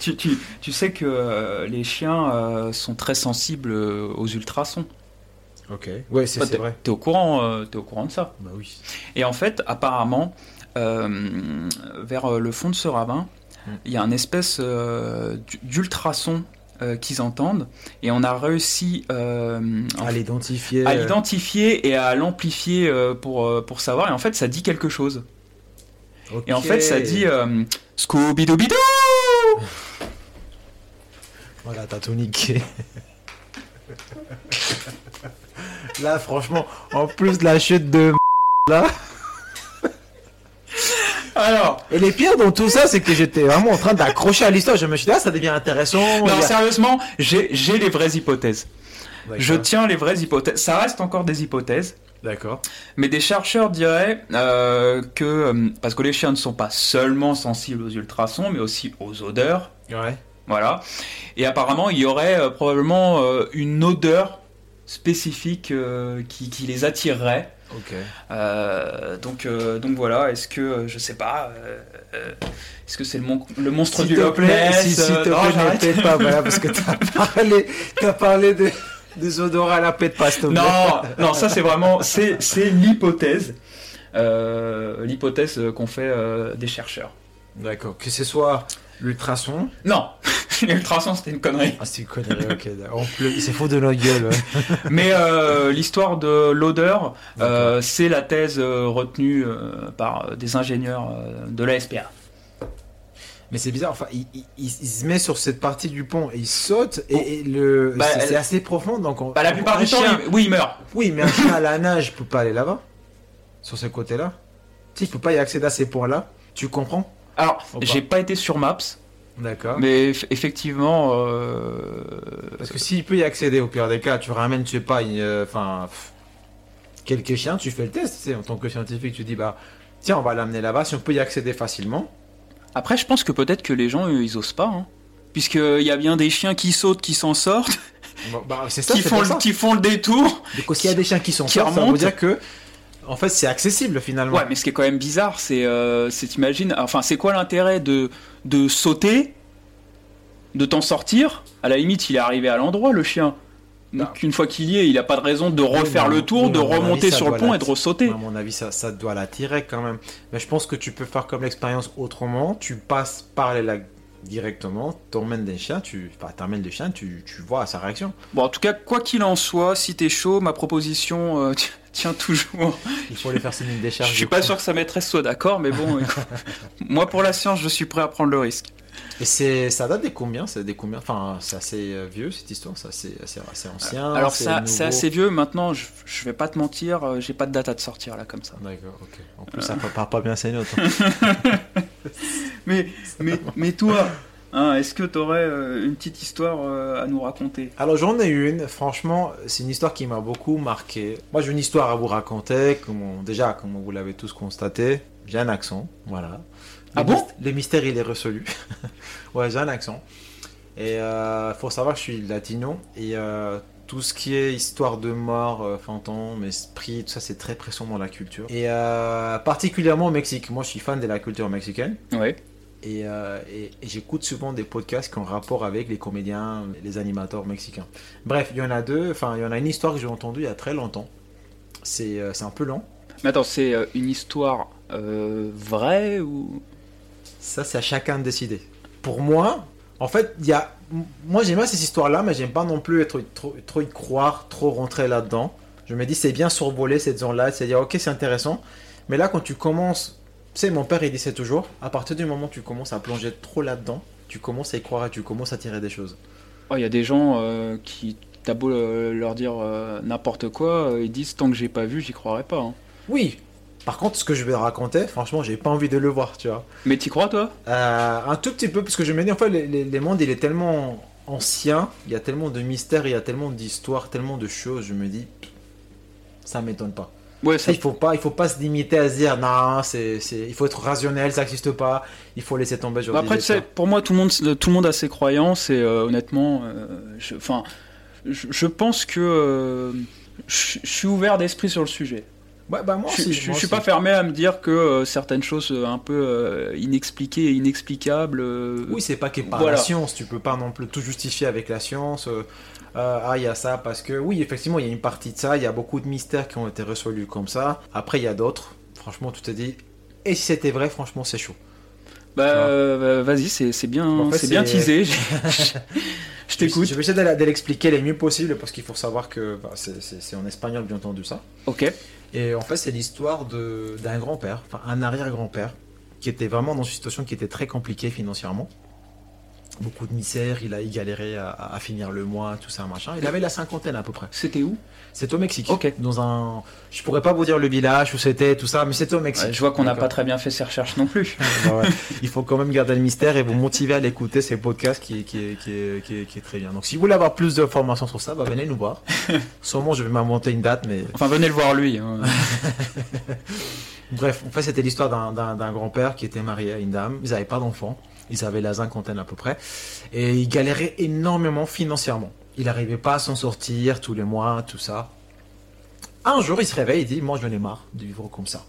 A: tu, tu- tu sais que euh, les chiens euh, sont très sensibles euh, aux ultrasons.
B: ok. Ouais, c'est
A: Bah,
B: c'est vrai.
A: T'es au courant, euh, t'es au courant de ça.
B: Bah oui.
A: Et en fait, apparemment, euh, vers euh, le fond de ce ravin,
B: Mm.
A: il y a une espèce euh, d'u- d'ultrason euh, qu'ils entendent, et on a réussi euh, en
B: À l'identifier.
A: à
B: Ah, euh,
A: l'identifier et à l'amplifier euh, pour, euh, pour savoir. Et en fait, ça dit quelque chose.
B: ok.
A: Et en fait, ça dit euh, scooby doo
B: Voilà, t'as tout niqué. Là, franchement, en plus de la chute de
A: Alors,
B: Et les pires dans tout ça, c'est que j'étais vraiment en train d'accrocher à l'histoire. Je me suis dit, ah, ça devient intéressant. Il y
A: non,
B: a-
A: sérieusement, j'ai j'ai les vraies hypothèses.
B: D'accord.
A: Je tiens les vraies hypothèses. Ça reste encore des hypothèses.
B: D'accord.
A: Mais des chercheurs diraient euh, que, euh, parce que les chiens ne sont pas seulement sensibles aux ultrasons, mais aussi aux odeurs.
B: Ouais.
A: Voilà. Et apparemment, il y aurait euh, probablement euh, une odeur spécifique euh, qui, qui les attirerait.
B: Ok.
A: Euh, donc, euh, donc voilà, est-ce que, euh, je sais pas, euh, euh, est-ce que c'est le, mon- le monstre
B: S'il
A: du
B: te plaît,
A: Lopless
B: si, s'il
A: euh,
B: te
A: non,
B: plaît, ne
A: j'arrête.
B: pète pas, voilà, parce que t'as parlé, t'as parlé de, des odorants à la pète pas, s'il te plaît.
A: non, non, ça c'est vraiment, c'est c'est l'hypothèse, euh, l'hypothèse qu'on fait euh, des chercheurs.
B: D'accord. Que ce soit l'ultrason.
A: Non, l'ultrason c'était une connerie.
B: Ah, c'est une connerie, ok. d'accord. En plus, c'est faux de notre gueule. ouais.
A: Mais euh, l'histoire de l'odeur,
B: D'accord.
A: euh, c'est la thèse euh, retenue euh, par euh, des ingénieurs euh, de la SPA.
B: Mais c'est bizarre, enfin, il, il- il se met sur cette partie du pont et il saute, et, et le,
A: Bah,
B: c'est,
A: elle-
B: c'est assez profond, donc on-
A: Bah, la plupart
B: un
A: du temps,
B: chien-
A: il- oui, il meurt.
B: Oui, mais un chien à la nage peut pas aller là-bas. Sur ce côté-là. Tu sais, il peut pas y accéder à ces points-là. Tu comprends
A: Alors,
B: Faut pas.
A: j'ai pas été sur Maps.
B: D'accord.
A: Mais eff- effectivement, euh,
B: Parce que s'il peut y accéder, au pire des cas, tu ramènes, je sais pas, une, euh, enfin, pff, quelques chiens, tu fais le test. Tu sais, en tant que scientifique, tu dis, bah, tiens, on va l'amener là-bas. Si on peut y accéder facilement.
A: après, je pense que peut-être que les gens, eux, ils osent pas. Hein. Puisqu'il y a bien des chiens qui sautent, qui s'en sortent,
B: Bah, bah, c'est ça,
A: qui,
B: c'est
A: font
B: pour
A: le,
B: ça.
A: qui font le détour.
B: Donc, s'il y a des chiens qui sont
A: qui
B: forts, ça
A: remontent.
B: veut dire que, en fait, c'est accessible finalement.
A: Ouais, mais ce qui est quand même bizarre, c'est, euh, c'est t'imagines, enfin, c'est quoi l'intérêt de, de sauter, de t'en sortir À la limite, il est arrivé à l'endroit, le chien. Donc,
B: Non.
A: une fois qu'il y est, il a pas de raison de
B: Oui,
A: refaire
B: mais à
A: le
B: mon-
A: tour,
B: oui,
A: de
B: mais à mon
A: remonter
B: avis, ça
A: sur le
B: doit
A: pont et
B: l'attirer.
A: de ressauter.
B: À mon avis, ça, ça doit l'attirer quand même. Mais je pense que tu peux faire comme l'expérience autrement. Tu passes par les lacs directement, t'emmènes des chiens, tu enfin, t'emmènes des chiens, tu, tu vois sa réaction.
A: Bon, en tout cas, quoi qu'il en soit, si t'es chaud, ma proposition euh, tient- tient toujours.
B: Il faut les faire signer une décharge.
A: Je suis
B: du
A: pas
B: coup.
A: sûr que sa maîtresse soit d'accord, mais bon, écoute, moi pour la science, je suis prêt à prendre le risque.
B: Et c'est, ça date des combien C'est des combien Enfin, c'est assez euh, vieux cette histoire, c'est assez, assez, assez ancien.
A: Alors ça, c'est assez vieux. Maintenant, je, je, vais pas te mentir, euh, j'ai pas de date à te sortir là comme ça.
B: D'accord, ok. En plus, euh... ça prépare pas bien ses notes.
A: mais, mais, mais toi, Hein, Est-ce que tu aurais euh, une petite histoire euh, à nous raconter
B: Alors j'en ai une, franchement, c'est une histoire qui m'a beaucoup marqué. Moi j'ai une histoire à vous raconter, comme on, déjà comme vous l'avez tous constaté, j'ai un accent, voilà.
A: Ah
B: le
A: bon
B: Le mystère il est résolu. ouais j'ai un accent. Et il euh, faut savoir que je suis latino et euh, tout ce qui est histoire de mort, euh, fantôme, esprit, tout ça, c'est très présent dans la culture. Et euh, particulièrement au Mexique. Moi, je suis fan de la culture mexicaine.
A: Ouais.
B: Et, euh, et, et j'écoute souvent des podcasts qui ont rapport avec les comédiens, les animateurs mexicains. Bref, il y en a deux. Enfin, il y en a une histoire que j'ai entendue il y a très longtemps. C'est un peu long.
A: Mais attends, c'est euh, une histoire euh, vraie ou
B: Ça, c'est à chacun de décider. Pour moi, en fait, il y a moi j'aime bien ces histoires-là, mais j'aime pas non plus être trop, trop y croire, trop rentrer là-dedans. Je me dis c'est bien survoler cette zone-là, c'est dire ok c'est intéressant, mais là quand tu commences, tu sais mon père il disait toujours, à partir du moment où tu commences à plonger trop là-dedans, tu commences à y croire et tu commences à tirer des choses.
A: Il oh, y a des gens euh, qui, t'as beau euh, leur dire euh, n'importe quoi, ils disent tant que j'ai pas vu, j'y croirai pas. Hein.
B: Oui, par contre, ce que je vais raconter, franchement, j'ai pas envie de le voir, tu vois.
A: Mais t'y crois, toi
B: euh, Un tout petit peu, parce que je me dis, en fait, les, les, les mondes, il est tellement ancien, il y a tellement de mystères, il y a tellement d'histoires, tellement de choses, je me dis, ça m'étonne pas.
A: Ouais, ça...
B: Il faut pas, il faut pas se limiter à se dire, non, c'est, il faut être rationnel, ça n'existe pas, il faut laisser tomber.
A: Bah après, tu pour moi, tout le monde, tout le monde a ses croyances et euh, honnêtement, enfin, euh, je, je, je, pense que euh, je suis ouvert d'esprit sur le sujet.
B: Ouais, bah moi
A: je,
B: aussi,
A: je,
B: moi
A: je suis pas fermé à me dire que euh, certaines choses euh, un peu euh, inexpliquées et inexplicables. euh,
B: Oui, c'est pas que par voilà. la science, tu peux pas non plus tout justifier avec la science. ah, il y a ça parce que, oui, effectivement, il y a une partie de ça, il y a beaucoup de mystères qui ont été résolus comme ça. Après, il y a d'autres. Franchement, tu te dis, et si c'était vrai, franchement, c'est chaud.
A: Bah, vas-y, c'est bien, en fait, c'est bien teasé. je t'écoute.
B: Je vais essayer de l'expliquer le mieux possible parce qu'il faut savoir que bah, c'est en espagnol, bien entendu, ça.
A: Ok.
B: Et en fait, c'est l'histoire d'un grand-père, enfin un arrière-grand-père, qui était vraiment dans une situation qui était très compliquée financièrement. Beaucoup de misère, il a il galéré à, à, finir le mois, tout ça, machin. Il avait la cinquantaine à peu près.
A: C'était où
B: C'était au Mexique.
A: Ok.
B: Dans un. Je pourrais pas vous dire le village où c'était, tout ça, mais c'était au Mexique. Ouais,
A: je vois qu'on n'a pas très bien fait ses recherches non plus.
B: bah ouais. Il faut quand même garder le mystère et vous motiver à l'écouter, ces podcasts qui, qui, qui, qui, est très bien. Donc si vous voulez avoir plus d'informations sur ça, bah, venez nous voir. Sûrement, je vais m'inventer une date, mais.
A: Enfin, venez le voir lui. Hein.
B: Bref, en fait, c'était l'histoire d'un grand-père qui était marié à une dame. Ils n'avaient pas d'enfant ils avaient la cinquantaine à peu près, et il galérait énormément financièrement. Il n'arrivait pas à s'en sortir tous les mois, tout ça. Un jour, il se réveille et dit Moi, j'en ai marre de vivre comme ça.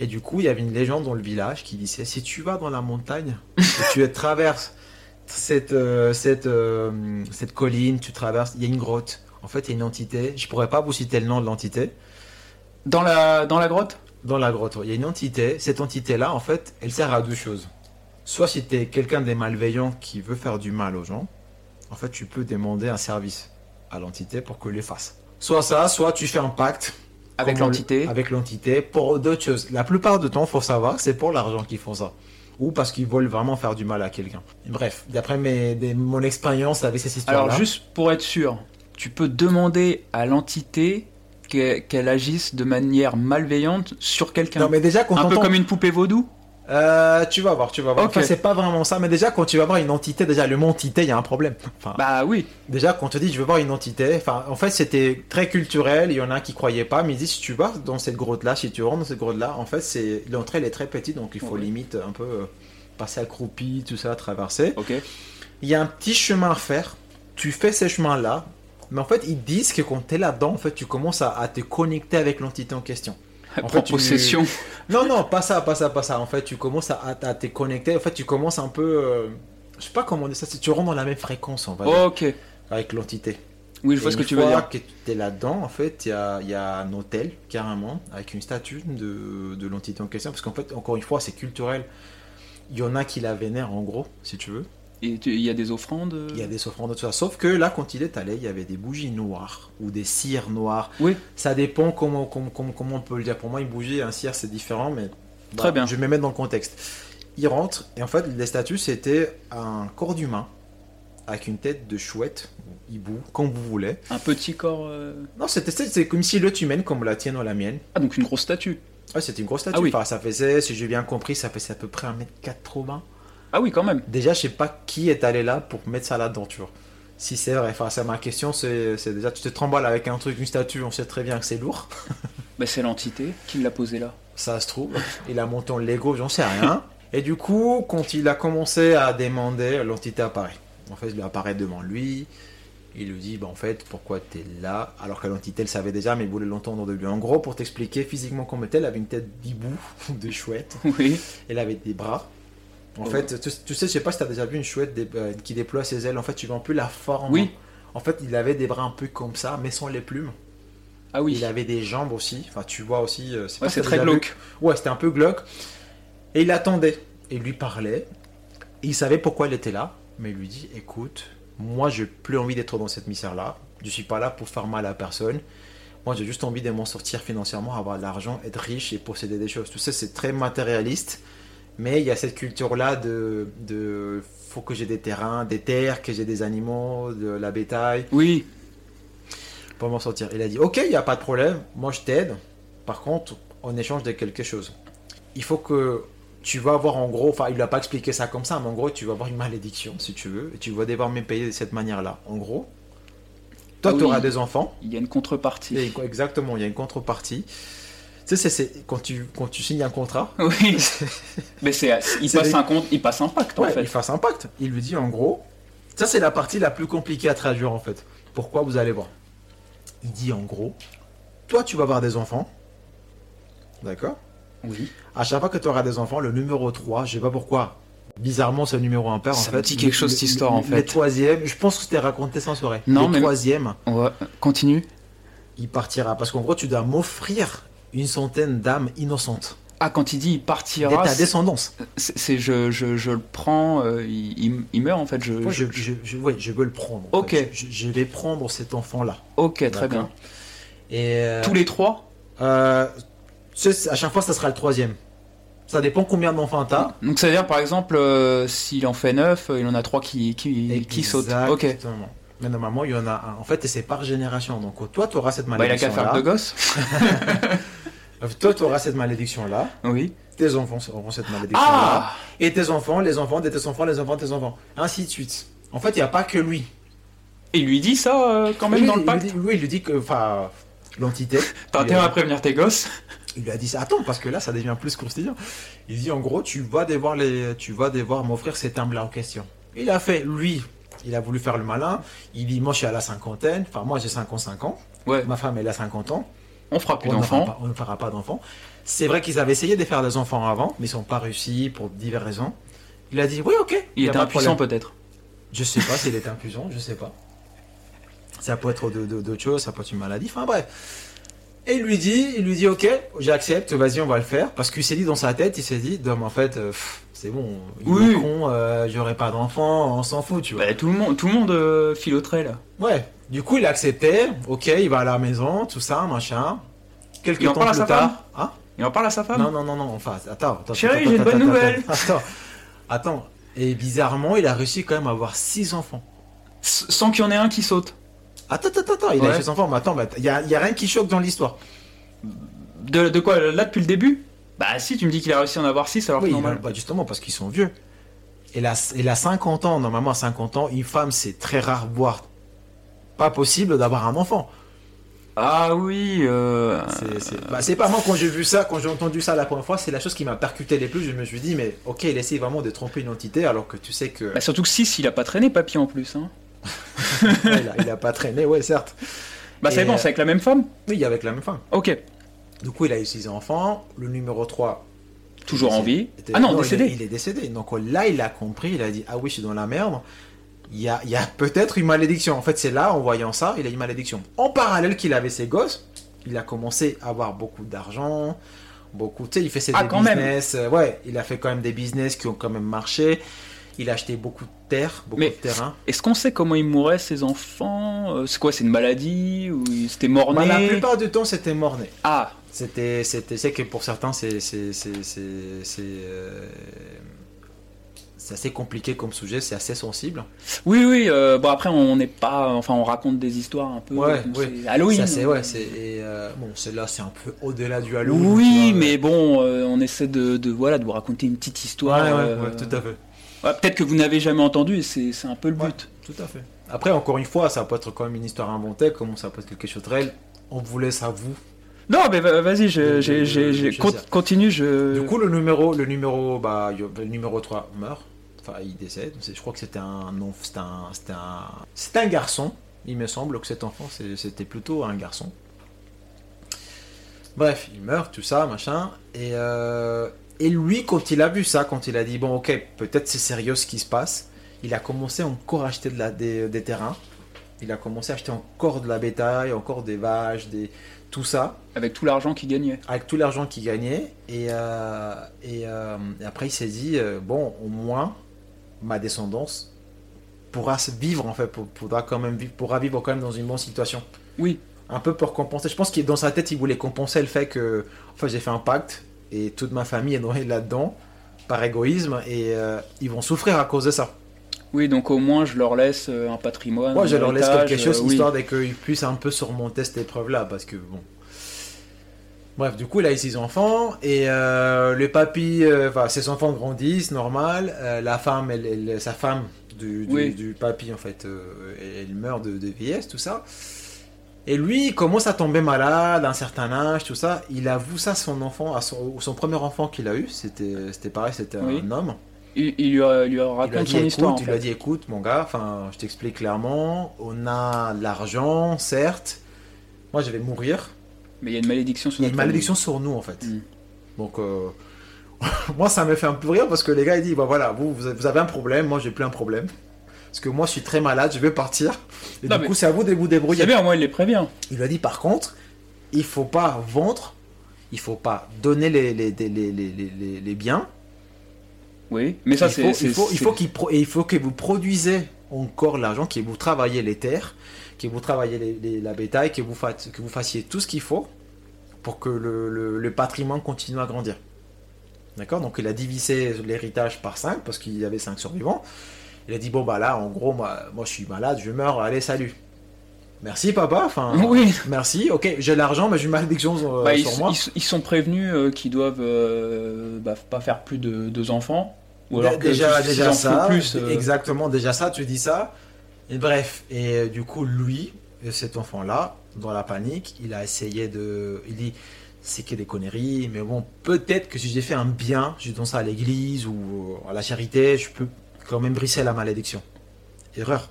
B: Et du coup, il y avait une légende dans le village qui disait Si tu vas dans la montagne, et tu traverses cette, euh, cette, euh, cette colline, tu traverses, il y a une grotte. En fait, il y a une entité. Je pourrais pas vous citer le nom de l'entité.
A: Dans la, dans la grotte
B: Dans la grotte, il y a une entité. Cette entité-là, en fait, elle sert à deux choses soit si tu es quelqu'un des malveillants qui veut faire du mal aux gens, en fait, tu peux demander un service à l'entité pour que les fasse. Soit ça, soit tu fais un pacte
A: avec l'entité.
B: Avec l'entité pour d'autres choses. La plupart du temps, faut savoir que c'est pour l'argent qu'ils font ça. Ou parce qu'ils veulent vraiment faire du mal à quelqu'un. Bref, d'après mon expérience avec ces histoires-là.
A: Alors, juste pour être sûr, tu peux demander à l'entité qu'elle qu agisse de manière malveillante sur quelqu'un.
B: Non, mais déjà, quand
A: Un peu comme une poupée vaudou
B: euh, tu vas voir, tu vas voir. Okay. Enfin, c'est pas vraiment ça, mais déjà quand tu vas voir une entité, déjà le mot entité, il y a un problème. Enfin,
A: bah oui.
B: Déjà quand on te dit je veux voir une entité, enfin, en fait c'était très culturel. Il y en a qui croyaient pas, mais ils disent si tu vas dans cette grotte là, si tu rentres dans cette grotte là, en fait c'est l'entrée elle est très petite, donc il faut okay. limite un peu euh, passer accroupi, tout ça, traverser.
A: Ok.
B: Il y a un petit chemin à faire. Tu fais ce chemin là, mais en fait ils disent que quand t'es là-dedans, en fait tu commences à, à te connecter avec l'entité en question.
A: En Prends fait, tu... possession.
B: Non, non, pas ça, pas ça, pas ça. En fait, tu commences à, à, à te connecter. En fait, tu commences un peu. Euh... je sais pas comment on dit ça. Si tu rentres dans la même fréquence, on va dire.
A: Oh, ok.
B: Avec l'entité.
A: Oui, je vois
B: et
A: ce que tu veux dire.
B: que tu es là-dedans, en fait, il y a, y a, un hôtel, carrément, avec une statue de, de l'entité en question. Parce qu'en fait, encore une fois, c'est culturel. Il y en a qui la vénèrent, en gros, si tu veux.
A: Et il y a des offrandes euh...
B: Il y a des offrandes, tout ça. Sauf que là, quand il est allé, il y avait des bougies noires ou des cires noires.
A: Oui.
B: Ça dépend comment, comment, comment, comment on peut le dire. Pour moi, une bougie et un cire, c'est différent, mais.
A: Très bah, bien.
B: Je vais me mettre dans le contexte. il rentre, et en fait, les statues, c'était un corps d'humain, avec une tête de chouette, ou hibou, comme vous voulez.
D: Un petit corps. euh,
B: Non, c'était c'est comme une silhouette humaine, comme la tienne ou la mienne.
A: Ah, donc une grosse statue.
B: Ouais, c'était une grosse statue.
A: Ah oui.
B: Enfin, ça faisait, si j'ai bien compris, ça faisait à peu près 1m80.
A: Ah oui, quand même.
B: Déjà, je sais pas qui est allé là pour mettre ça là-dedans, tu vois. Si c'est vrai, enfin, c'est ma question, c'est c'est déjà, tu te trembles avec un truc, une statue, on sait très bien que c'est lourd.
A: Bah, c'est l'entité qui l'a posée là.
B: Ça se trouve, il a monté en Lego, j'en sais rien. Et du coup, quand il a commencé à demander, l'entité apparaît. En fait, apparaît devant lui. Il lui dit, bah, en fait, pourquoi t'es là Alors que l'entité, elle savait déjà, mais il voulait l'entendre de lui. En gros, pour t'expliquer, physiquement comme elle, elle avait une tête d'hibou, de chouette.
A: Oui.
B: Elle avait des bras. En
A: Ouais.
B: fait, tu, tu sais, je sais pas si t'as déjà vu une chouette dé- euh, qui déploie ses ailes. En fait, tu vois un peu la forme.
A: Oui.
B: En fait, il avait des bras un peu comme ça, mais sans les plumes.
A: Ah oui.
B: Il avait des jambes aussi. Enfin, tu vois aussi. euh,
A: Ouais,
B: pas si
A: c'est
B: t'as
A: très
B: déjà vu.
A: glauque.
B: Ouais, c'était un peu glauque. Et il attendait. Et il lui parlait. Et il savait pourquoi il était là. Mais il lui dit écoute, moi, j'ai plus envie d'être dans cette misère-là. Je suis pas là pour faire mal à personne. Moi, j'ai juste envie de m'en sortir financièrement, avoir de l'argent, être riche et posséder des choses. Tu sais, c'est très matérialiste. Mais il y a cette culture-là de, de. Faut que j'ai des terrains, des terres, que j'ai des animaux, de la bétail
A: Oui.
B: pour m'en sortir. Il a dit Ok, il n'y a pas de problème, moi je t'aide. Par contre, en échange de quelque chose. Il faut que tu vas avoir en gros, enfin, il ne a pas expliqué ça comme ça, mais en gros, tu vas avoir une malédiction si tu veux, et tu vas devoir me payer de cette manière-là. En gros, toi,
A: Ah oui.
B: tu auras des enfants.
A: Il y a une contrepartie.
B: Et exactement, il y a une contrepartie. Tu sais, c'est- c'est quand tu, quand tu signes un contrat,
A: Oui. Mais c'est, il
B: C'est
A: passe
B: des-
A: un compte, il passe un pacte en
B: Ouais,
A: fait.
B: il fasse impact. Il lui dit en gros, ça c'est la partie la plus compliquée à traduire en fait. Pourquoi vous allez voir Il dit en gros, toi tu vas avoir des enfants, d'accord
A: Oui.
B: À chaque fois que tu auras des enfants, le numéro 3, je sais pas pourquoi, bizarrement c'est le numéro impair en
A: Ça
B: fait.
A: me dit quelque chose, cette histoire, en
B: Le
A: fait.
B: troisième, je pense que c'était raconté sans soirée.
A: Non,
B: le
A: mais-
B: troisième,
A: Ouais. euh, Continue.
B: il partira parce qu'en gros tu dois m'offrir une centaine d'âmes innocentes,
A: Ah, quand il dit il
B: dès
A: partira,
B: ta
A: c'est,
B: descendance.
A: c'est- je, je, je le prends, euh, il, il- il meurt en fait. Je,
B: Moi, je,
A: je-
B: je, je- ouais, je veux le prendre. en
A: Ok.
B: fait. Je, je vais prendre cet enfant-là.
A: Ok, très
B: D'accord.
A: bien.
B: Et euh,
A: Tous les trois.
B: Euh, tu sais, à chaque fois, ça sera le troisième. Ça dépend combien d'enfants t'as.
A: Donc ça veut dire par exemple, euh, s'il en fait neuf, euh, il en a trois qui qui, qui sautent. Ok.
B: Exactement. Mais normalement, il y en a un. En fait, et c'est par génération. Donc, toi, tu auras cette
A: Bah, il a qu'à
B: malédiction.
A: faire deux gosses.
B: là. Toi, tu auras cette malédiction-là.
A: Oui.
B: Tes enfants auront cette malédiction-là.
A: Ah.
B: Et tes enfants, les enfants de tes enfants, les enfants de tes enfants. Ainsi de suite. En fait, il n'y a pas que lui.
A: Il lui dit ça euh, quand même
B: Lui,
A: dans le
B: il lui
A: pacte.
B: dit- Oui, il lui dit que. Enfin, l'entité.
A: T'as
B: il
A: intérêt
B: a-
A: à prévenir tes gosses.
B: Il lui a dit ça. Attends, parce que là, ça devient plus croustillant. Il dit en gros, tu vas devoir les, tu vas devoir m'offrir ces timbres-là en question. Il a fait, lui, il a voulu faire le malin. Il dit, moi, je suis à la cinquantaine. Enfin, moi, j'ai 55 ans.
A: Ouais.
B: Ma femme, elle a 50 ans.
A: On fera plus
B: On ne fera
A: d'enfants.
B: pas- on ne fera pas d'enfants. C'est vrai qu'ils avaient essayé de faire des enfants avant, mais ils sont pas réussi pour diverses raisons. Il a dit, oui, ok.
A: Il
B: y a
A: était
B: pas de
A: impuissant
B: problème.
A: peut-être.
B: Je sais pas s'il était impuissant, je sais pas. Ça peut être de- de- d'autres choses, ça peut être une maladie, enfin bref. Et il lui dit, il lui dit ok, j'accepte, vas-y, on va le faire. Parce qu'il s'est dit dans sa tête, il s'est dit, Dom, en fait, euh, pff, c'est bon, il
A: Oui.
B: est con, euh, j'aurai pas d'enfant, on s'en fout, tu vois.
A: Bah, tout le monde, tout le monde euh, file au trait là.
B: Ouais, du coup, il a accepté, ok, il va à la maison, tout ça, machin. Quelques
A: Il en
B: temps
A: parle à
B: plus
A: sa
B: tard. Hein
A: Il en parle à sa femme.
B: non, non, non, non, enfin, attends, attends.
A: Chérie,
B: attends,
A: j'ai une
B: attends,
A: bonne
B: attends,
A: nouvelle.
B: Attends, attends. Et bizarrement, il a réussi quand même à avoir six enfants.
A: S- sans qu'il y en ait un qui saute.
B: Attends, attends, attends, il
A: Ouais.
B: a ses enfants, mais attends, mais il y a, il y a rien qui choque dans l'histoire.
A: De, de quoi Là depuis le début Bah si, tu me dis qu'il a réussi à en avoir 6 alors
B: Oui, euh.
A: que
B: il
A: normal.
B: pas justement parce qu'ils sont vieux. Et a, elle a 50 ans, normalement à 50 ans, une femme c'est très rare, voire pas possible d'avoir un enfant.
A: Ah oui, euh...
B: C'est- C'est bah, c'est pas moi quand j'ai vu ça, quand j'ai entendu ça la première fois, c'est la chose qui m'a percuté les plus. Je me suis dit, mais ok, il essaie vraiment de tromper une entité alors que tu sais que
A: bah, surtout que 6, il a pas traîné papy en plus. Hein.
B: ouais, il, a, il a pas traîné, ouais, certes.
A: Bah ça
B: Et,
A: dépend,
B: euh,
A: c'est avec la même femme
B: Oui, avec la même femme.
A: Ok,
B: Du coup, il a eu six enfants. Le numéro 3
A: toujours en
B: c'est-
A: vie.
B: Était-
A: Ah non,
B: il est-
A: décédé.
B: Il est, décédé. Donc euh, là, il a compris, il a dit Ah oui, je suis dans la merde. Il y a, il y a peut-être une malédiction. En fait, c'est là, en voyant ça, il a une malédiction. En parallèle qu'il avait ses gosses, il a commencé à avoir beaucoup d'argent. Beaucoup, tu sais, il fait ses
A: Ah,
B: des
A: quand même.
B: business. euh, Ouais, il a fait quand même des business qui ont quand même marché. Il a acheté beaucoup de terres, beaucoup
A: Mais-
B: de terrains.
A: Est-ce qu'on sait comment il mourait ses enfants Euh, C'est quoi, c'est une maladie Ou il- c'était mort-né
B: Bah, la plupart du temps, c'était mort-né.
A: Ah,
B: C'était, c'était, c'est que pour certains, c'est, c'est, c'est, c'est, c'est, euh, c'est assez compliqué comme sujet, c'est assez sensible.
A: Oui, oui. Euh, bon, après, on n'est pas. Enfin, on raconte des histoires un peu.
B: Ouais, oui.
A: Halloween.
B: Ça, c'est, ouais, c'est, et, euh, bon, celle-là, c'est un peu au-delà du Halloween.
A: oui,
B: tu vois,
A: mais bon, euh, on essaie de, de, voilà, de vous raconter une petite histoire.
B: Ouais, ouais,
A: euh,
B: ouais, tout à fait.
A: ouais, Peut-être que vous n'avez jamais entendu et c'est c'est un peu le but.
B: Ouais, tout à fait. Après, encore une fois, ça peut être quand même une histoire inventée, comme ça peut être quelque chose de réel. On vous laisse à vous.
A: Non, mais va- vas-y, je,
B: De-
A: j'ai-
B: de-
A: j'ai- j'ai-
B: euh, je sais
A: con-
B: pas.
A: continue. Je...
B: Du coup, le numéro, le numéro, bah, y- le numéro 3 meurt. Enfin, il décède. C'est- Je crois que c'était un, non- c'était un, c'était un, c'était un garçon. Il me semble que cet enfant, c'est- c'était plutôt un garçon. Bref, il meurt, tout ça, machin. Et, euh, et lui, quand il a vu ça, quand il a dit, bon, ok, peut-être c'est sérieux ce qui se passe, il a commencé encore à acheter de la, des, des terrains. Il a commencé à acheter encore de la bétail, encore des vaches, des, tout ça
A: Avec tout l'argent qu'il gagnait.
B: avec tout l'argent qu'il gagnait. Et, euh, et, euh, et après, il s'est dit euh, bon, au moins, ma descendance pourra se vivre, en fait, pour- pourra, quand même vivre, pourra vivre quand même dans une bonne situation.
A: Oui.
B: Un peu pour compenser. Je pense que dans sa tête, il voulait compenser le fait que en fait, j'ai fait un pacte et toute ma famille est noyée là-dedans par égoïsme et euh, ils vont souffrir à cause de ça.
A: Oui, donc au moins, je leur laisse euh, un patrimoine.
B: Moi, je
A: un
B: leur laisse
A: héritage,
B: quelque chose
A: euh, oui.
B: histoire dès qu'ils puissent un peu surmonter cette épreuve-là, parce que bon. Bref, du coup, il a eu six enfants et euh, le papy, euh, enfin, ses enfants grandissent, normal. Euh, la femme, elle, elle- sa femme du, du,
A: Oui.
B: du papy, en fait, euh, elle meurt de, de vieillesse, tout ça. Et lui, il commence à tomber malade à un certain âge, tout ça. Il avoue ça à son enfant, à son, son premier enfant qu'il a eu. C'était c'était pareil, c'était
A: Oui.
B: un homme.
A: Il, il lui, euh, il lui raconte
B: Il lui a dit,
A: son
B: écoute,
A: histoire. en
B: il lui a
A: fait.
B: dit écoute mon gars, enfin je t'explique clairement, on a de l'argent, certes. Moi je vais mourir.
A: Mais il y a une malédiction sur
B: Il y a une
A: notre
B: malédiction sur nous en fait.
A: Mm.
B: Donc euh, moi ça me fait un peu rire parce que les gars ils disent bah voilà, vous, vous avez- vous avez un problème, moi j'ai plus un problème. Parce que moi je suis très malade, je vais partir. Et
A: Non,
B: du
A: mais-
B: coup c'est à vous de vous
A: famille. C'est
B: débrouiller.
A: bien, au moins, il les prévient.
B: Il lui a dit par contre, il faut pas vendre, il faut pas donner les, les, les, les, les, les- les biens.
A: Oui, mais ça,
B: il
A: c'est.
B: faut,
A: c'est-
B: il faut, il
A: c'est-
B: faut qu'il pro- et il faut que vous produisez encore l'argent, que vous travaillez les terres, que vous travaillez les- les- la bétail, que vous, faites- que vous fassiez tout ce qu'il faut pour que le, le- le patrimoine continue à grandir. D'accord Donc il a divisé l'héritage par 5 parce qu'il y avait 5 survivants. Il a dit bon bah là en gros moi, moi je suis malade, je meurs, allez salut. Merci papa, enfin
A: Oui,
B: merci, ok j'ai l'argent mais j'ai une malédiction euh,
A: Bah, ils,
B: sur moi.
A: ils- ils sont prévenus euh, qu'ils doivent euh, bah, pas faire plus de deux enfants. Ou alors que
B: déjà,
A: s'ils
B: déjà
A: en font
B: ça,
A: plus, euh,
B: exactement, déjà ça, tu dis ça. Et bref, et euh, du coup, lui, euh, cet enfant-là, dans la panique, il a essayé de. Il dit c'est que des conneries, mais bon, peut-être que si j'ai fait un bien, je donne ça à l'église ou euh, à la charité, je peux quand même briser la malédiction. Erreur.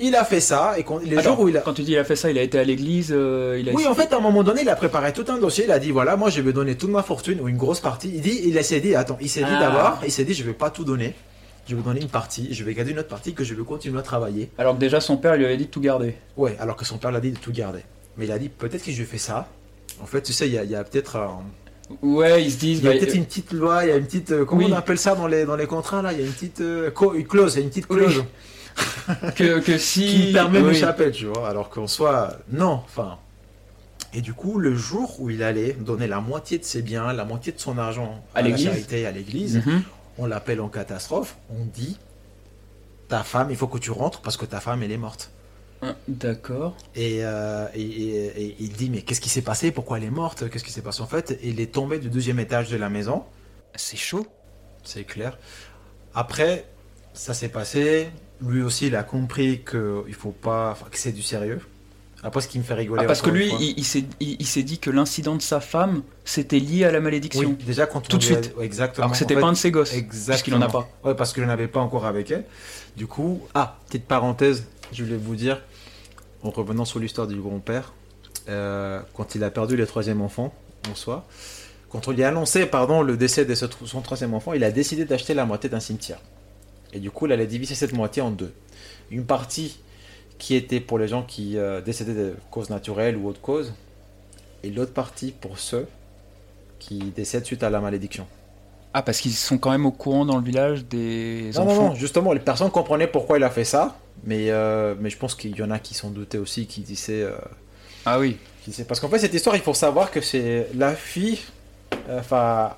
B: Il a fait ça, et quand, les
A: Attends,
B: jours où il a.
A: Quand tu dis il a fait ça, il a été à l'église, euh, il a
B: Oui, en fait, à un moment donné, il a préparé tout un dossier. Il a dit voilà, moi, je vais donner toute ma fortune ou une grosse partie. Il dit, il s'est dit, attends, il s'est dit
A: Ah.
B: d'abord, il s'est dit, je vais pas tout donner. Je vais donner une partie, je vais garder une autre partie que je vais continuer à travailler.
A: Alors que déjà son père lui avait dit de tout garder.
B: Ouais, alors que son père l'a dit de tout garder. Mais il a dit peut-être que je fais ça. En fait, tu sais, il y a, il y a peut-être un-
A: Ouais, ils se disent.
B: il y a
A: bah,
B: peut-être
A: euh,
B: une petite loi, il y a une petite euh, comment
A: Oui.
B: on appelle ça dans les dans les contrats là, il y a une petite euh, co- une clause, il y a une petite
A: Oui.
B: clause
A: que, que si.
B: qui permet
A: oui.
B: d'échapper, tu vois. Alors qu'en soit non, enfin. Et du coup, le jour où il allait donner la moitié de ses biens, la moitié de son argent
A: À
B: à, la
A: l'église.
B: charité, à l'église,
A: Mhm.
B: on l'appelle en catastrophe, on dit ta femme, il faut que tu rentres parce que ta femme, elle est morte.
A: Ah, D'accord.
B: Et, euh, et- et- et il dit mais qu'est-ce qui s'est passé Pourquoi elle est morte Qu'est-ce qui s'est passé en fait Il est tombé du deuxième étage de la maison.
A: C'est chaud.
B: C'est clair. Après, ça s'est passé. Lui aussi, il a compris que il faut pas, enfin, que c'est du sérieux. Après, ce qui me fait rigoler.
A: Ah, parce que
B: encore une
A: lui,
B: fois-
A: il, il s'est il- il s'est dit que l'incident de sa femme, c'était lié à la malédiction.
B: Oui, déjà quand
A: Tout
B: on
A: de
B: lui a-
A: suite.
B: ouais, exactement.
A: Alors que c'était
B: En fait,
A: pas un de ses gosses.
B: Exactement.
A: Puisqu'il en a pas.
B: Ouais, parce qu'il n'en avait pas encore avec elle. Du coup, ah, petite parenthèse, je voulais vous dire, en revenant sur l'histoire du grand-père, euh, quand il a perdu le troisième enfant, en soi, quand on lui a annoncé pardon, le décès de ce- son troisième enfant, il a décidé d'acheter la moitié d'un cimetière. Et du coup, il allait diviser cette moitié en deux. Une partie qui était pour les gens qui euh, décédaient de causes naturelles ou autres causes, et l'autre partie pour ceux qui décèdent suite à la malédiction.
A: Ah, parce qu'ils sont quand même au courant dans le village des
B: Non, non,
A: enfants.
B: non, justement, les personnes comprenaient pourquoi il a fait ça, mais, euh, mais je pense qu'il y en a qui s'en doutaient aussi, qui disaient. euh,
A: Ah oui.
B: qui disaient- Parce qu'en fait, cette histoire, il faut savoir que c'est la fille. euh, Enfin.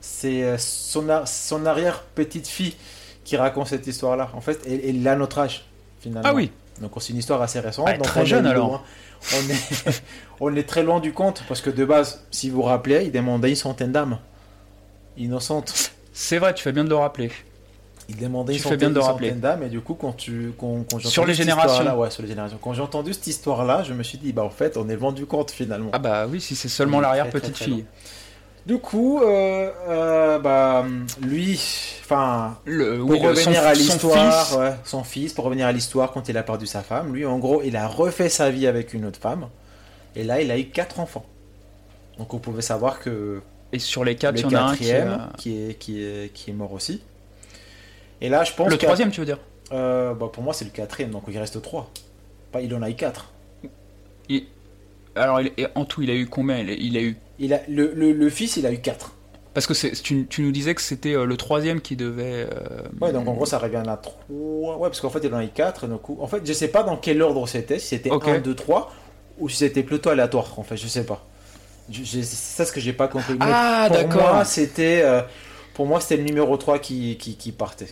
B: c'est son, son arrière-petite-fille qui raconte cette histoire-là. En fait, elle, elle a notre âge, finalement.
E: Ah oui
B: Donc c'est une histoire assez récente.
E: Ah,
B: donc
E: très
B: on est
E: jeune,
B: loin-
E: alors.
B: On est, on est très loin du compte, parce que de base, si vous vous rappelez, il demandait une centaine d'âmes innocentes.
E: C'est vrai, tu fais bien de le rappeler.
B: Il demandait
E: Tu
B: une
E: fais
B: centaine,
E: bien de le
B: une
E: rappeler.
B: centaine d'âmes, et du coup, quand tu... Quand, quand j'ai
E: Sur
B: entendu
E: les
B: cette
E: générations.
B: histoire-là- Ouais, sur les générations. Quand j'ai entendu cette histoire-là, je me suis dit, bah en fait, on est loin du compte, finalement.
E: Ah bah oui, si c'est seulement
B: Oui,
E: l'arrière
B: très, très,
E: petite
B: très
E: fille.
B: Du coup, euh, euh, bah, lui, enfin,
E: Le,
B: pour
E: oui, le- son-
B: revenir à
E: son
B: l'histoire,
E: fils.
B: ouais, son fils, pour revenir à l'histoire, quand il a perdu sa femme, lui, en gros, il a refait sa vie avec une autre femme, et là, il a eu quatre enfants. Donc, on pouvait savoir que
E: Et sur les quatre,
B: le
E: il y en a un qui. euh,
B: quatrième,
E: a-
B: qui, est, qui, est, qui est mort aussi. Et là, je pense
E: Le
B: qu'à-
E: troisième, tu veux dire
B: euh, bah, pour moi, c'est le quatrième, donc il reste trois. Pas, il en a eu quatre.
E: Alors, il- et en tout, il a eu combien il a, il a eu.
B: Il a, le, le- le fils, il a eu quatre.
E: Parce que c'est- tu, tu nous disais que c'était euh, le troisième qui devait. euh,
B: Ouais, donc en gros, ça revient à 3. Ouais, parce qu'en fait, il en a 4. Donc, en fait, je sais pas dans quel ordre c'était, si c'était
E: Ok.
B: 1, 2, 3, ou si c'était plutôt aléatoire, en fait, je sais pas. Je- je- C'est ça ce que j'ai pas compris. Mais
E: Ah,
B: pour
E: d'accord.
B: moi, c'était euh, Pour moi, c'était le numéro 3 qui, qui, qui partait.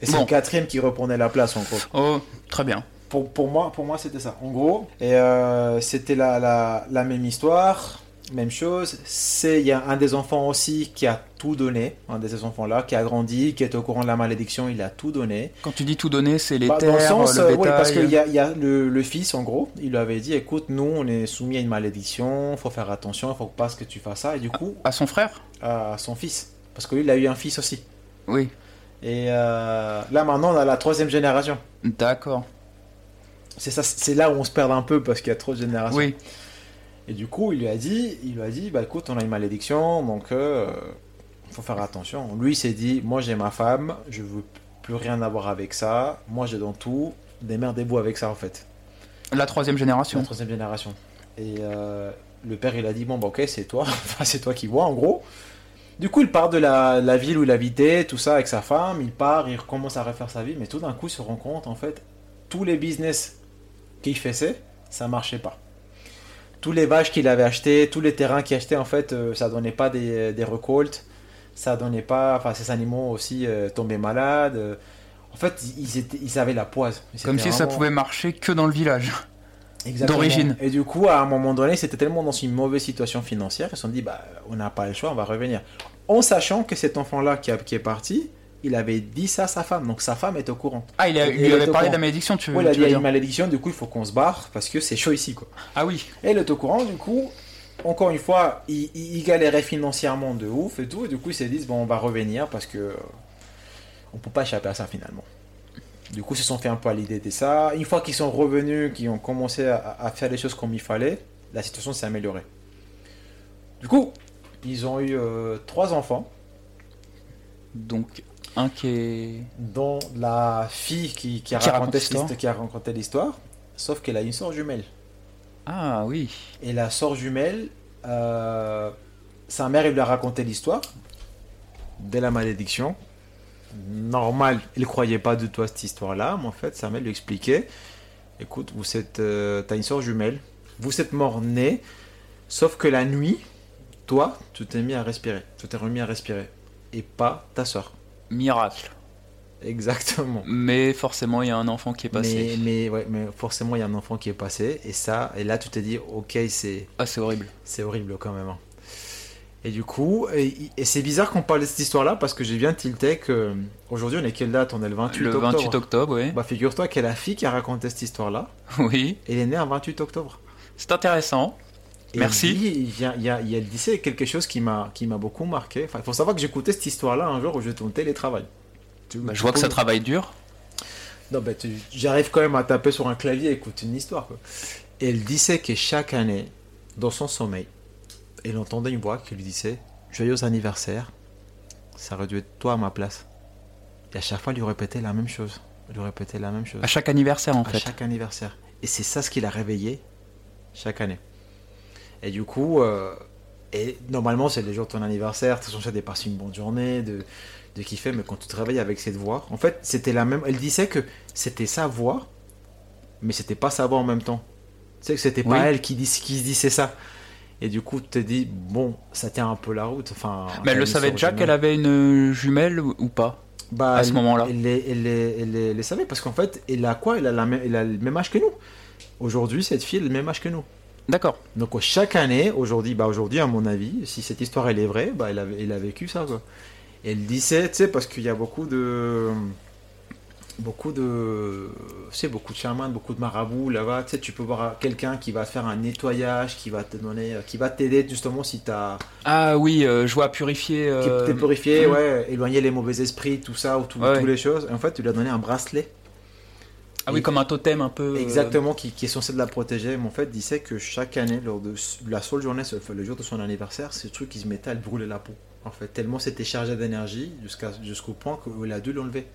B: Et c'est
E: Bon.
B: le quatrième qui reprenait la place, en gros.
E: Oh, très bien.
B: Pour, pour moi, pour moi c'était ça, en gros. Et euh, c'était la, la, la même histoire, même chose. C'est Il y a un des enfants aussi qui a tout donné, un de ces enfants-là, qui a grandi, qui est au courant de la malédiction, il a tout donné.
E: Quand tu dis tout donner, c'est les
B: Bah,
E: terres,
B: dans le sens,
E: le
B: euh, oui,
E: bétail.
B: parce qu'il y a, il y a le, le fils, en gros, il lui avait dit écoute, nous, on est soumis à une malédiction, faut faire attention, faut pas que tu fasses ça. Et du coup,
E: À son frère
B: à son fils, parce que lui, il a eu un fils aussi.
E: Oui.
B: Et euh, là, maintenant, on a la troisième génération.
E: D'accord.
B: C'est ça, c'est là où on se perd un peu parce qu'il y a trop de générations.
E: Oui.
B: Et du coup, il lui a dit, il lui a dit, bah écoute, on a une malédiction, donc euh, faut faire attention. Lui il s'est dit, moi j'ai ma femme, je veux plus rien avoir avec ça, moi j'ai dans tout, démerdez-vous avec ça en fait.
E: La troisième
B: la
E: génération.
B: troisième génération. Et euh, le père, il a dit Bon, bah, ok, c'est toi, Enfin, c'est toi qui vois, en gros. Du coup, il part de la, la ville où il habitait, tout ça, avec sa femme. Il part, il commence à refaire sa vie, mais tout d'un coup, il se rend compte, en fait, tous les business qu'il faisait, ça marchait pas. Tous les vaches qu'il avait achetées, tous les terrains qu'il achetait, en fait, euh, ça donnait pas des, des récoltes. Ça donnait pas. Enfin, ces animaux aussi euh, tombaient malades. euh. en fait, ils, étaient, ils avaient la poise. Ils
E: Comme si
B: étaient
E: ça
B: vraiment-
E: pouvait marcher que dans le village.
B: Exactement.
E: D'origine.
B: Et du coup, à un moment donné, c'était tellement dans une mauvaise situation financière, ils se sont dit, bah, on n'a pas le choix, on va revenir. En sachant que cet enfant-là qui, a- qui est parti, il avait dit ça à sa femme, donc sa femme est au courant.
E: Ah, il, a-
B: Il
E: lui
B: est
E: avait parlé
B: au courant.
E: de la malédiction, tu,
B: Ouais, il a
E: Mmh, tu
B: dit,
E: veux
B: il y a
E: dire
B: une malédiction, du coup, il faut qu'on se barre parce que c'est chaud ici, quoi.
E: Ah oui.
B: Et il est au courant, du coup, encore une fois, il, il- il galérait financièrement de ouf et tout, et du coup, ils se disent, bon, on va revenir parce que euh, on peut pas échapper à ça finalement. Du coup, ils se sont fait un peu à l'idée de ça. Une fois qu'ils sont revenus, qu'ils ont commencé à, à faire les choses comme il fallait, la situation s'est améliorée. Du coup, ils ont eu euh, trois enfants,
E: Donc, un qui est.
B: dont la fille qui, qui a
E: Qui raconte
B: raconté cette
E: l'histoire.
B: hist- qui a raconté l'histoire, sauf qu'elle a une soeur jumelle.
E: Ah oui.
B: Et la sœur jumelle, euh, sa mère, il lui a raconté l'histoire de la malédiction. Normal, il croyait pas du tout à cette histoire-là, mais en fait, sa mère lui expliquait écoute, vous êtes, euh, t'as une sœur jumelle, vous êtes mort-né, sauf que la nuit, toi, tu t'es mis à respirer, tu t'es remis à respirer, et pas ta sœur.
E: Miracle.
B: Exactement.
E: Mais forcément, il y a un enfant qui est
B: Mais,
E: passé.
B: mais, ouais, mais forcément, il y a un enfant qui est passé, et ça, et là, tu t'es dit ok, c'est.
E: Ah, c'est horrible.
B: C'est horrible quand même. hein. Et du coup, et, et c'est bizarre qu'on parle de cette histoire-là parce que j'ai bien tilté que euh, aujourd'hui on est quelle date On est le 28
E: Le
B: octobre.
E: 28 octobre, oui.
B: Bah figure-toi qu'elle la fille qui a raconté cette histoire-là,
E: Oui.
B: elle est née un 28 octobre.
E: C'est intéressant.
B: Et
E: Merci.
B: elle dit- Il y a, il y a- il y a- elle disait quelque chose qui m'a qui m'a beaucoup marqué. Enfin, il faut savoir que j'écoutais cette histoire-là un jour où j'étais en télétravail. Tu-
E: Bah,
B: tu
E: je vois que
B: peux-
E: ça travaille dur.
B: Non, bah, tu- j'arrive quand même à taper sur un clavier et écouter une histoire. Quoi. Et elle disait que chaque année, dans son sommeil, elle entendait une voix qui lui disait Joyeux anniversaire, ça aurait dû être toi à ma place. Et à chaque fois, elle lui répétait la même chose. Elle lui répétait la même chose.
E: À chaque anniversaire, en
B: À
E: fait.
B: chaque anniversaire. Et c'est ça ce qui l'a réveillé chaque année. Et du coup, euh, et normalement, c'est les jours de ton anniversaire, tu es censé passer une bonne journée, de, de kiffer, mais quand tu te réveilles avec cette voix, en fait, c'était la même. Elle disait que c'était sa voix, mais c'était pas sa voix en même temps. Tu sais que c'était pas
E: Oui.
B: elle qui, dis- qui se disait ça. Et du coup, tu t'es dit, bon, ça tient un peu la route. Enfin,
A: Ah, Mais elle le savait déjà qu'elle avait une jumelle ou ou pas
B: Bah,
A: à ce
B: elle-
A: moment-là.
B: Elle les, elle les- elle les- elle les savait parce qu'en fait, elle a quoi elle a, la même- elle a le même âge que nous. Aujourd'hui, cette fille, elle a le même âge que nous.
A: D'accord.
B: Donc euh, chaque année, aujourd'hui, bah aujourd'hui à mon avis, si cette histoire elle est vraie, bah elle a, elle a vécu ça quoi. Et elle disait, tu sais, parce qu'il y a beaucoup de beaucoup de tu sais beaucoup de chamans, beaucoup de marabouts là-bas, tu sais, tu peux voir quelqu'un qui va faire un nettoyage, qui va te donner, qui va t'aider justement si t'as
A: Ah oui, euh, je vois purifier.
B: qui
A: euh,
B: t'es purifié,
A: hum.
B: ouais, éloigner les mauvais esprits, tout ça ou tout-
A: Ouais.
B: toutes les choses. Et en fait, tu lui as donné un bracelet.
A: Ah oui, comme un totem un peu. euh,
B: Exactement, qui, qui est censé de la protéger. Mais en fait, il sait que chaque année, lors de s- la seule journée, sauf le jour de son anniversaire, ce truc, il se mettait à le brûler la peau. En fait, tellement c'était chargé d'énergie jusqu'à jusqu'au point qu'elle a dû l'enlever.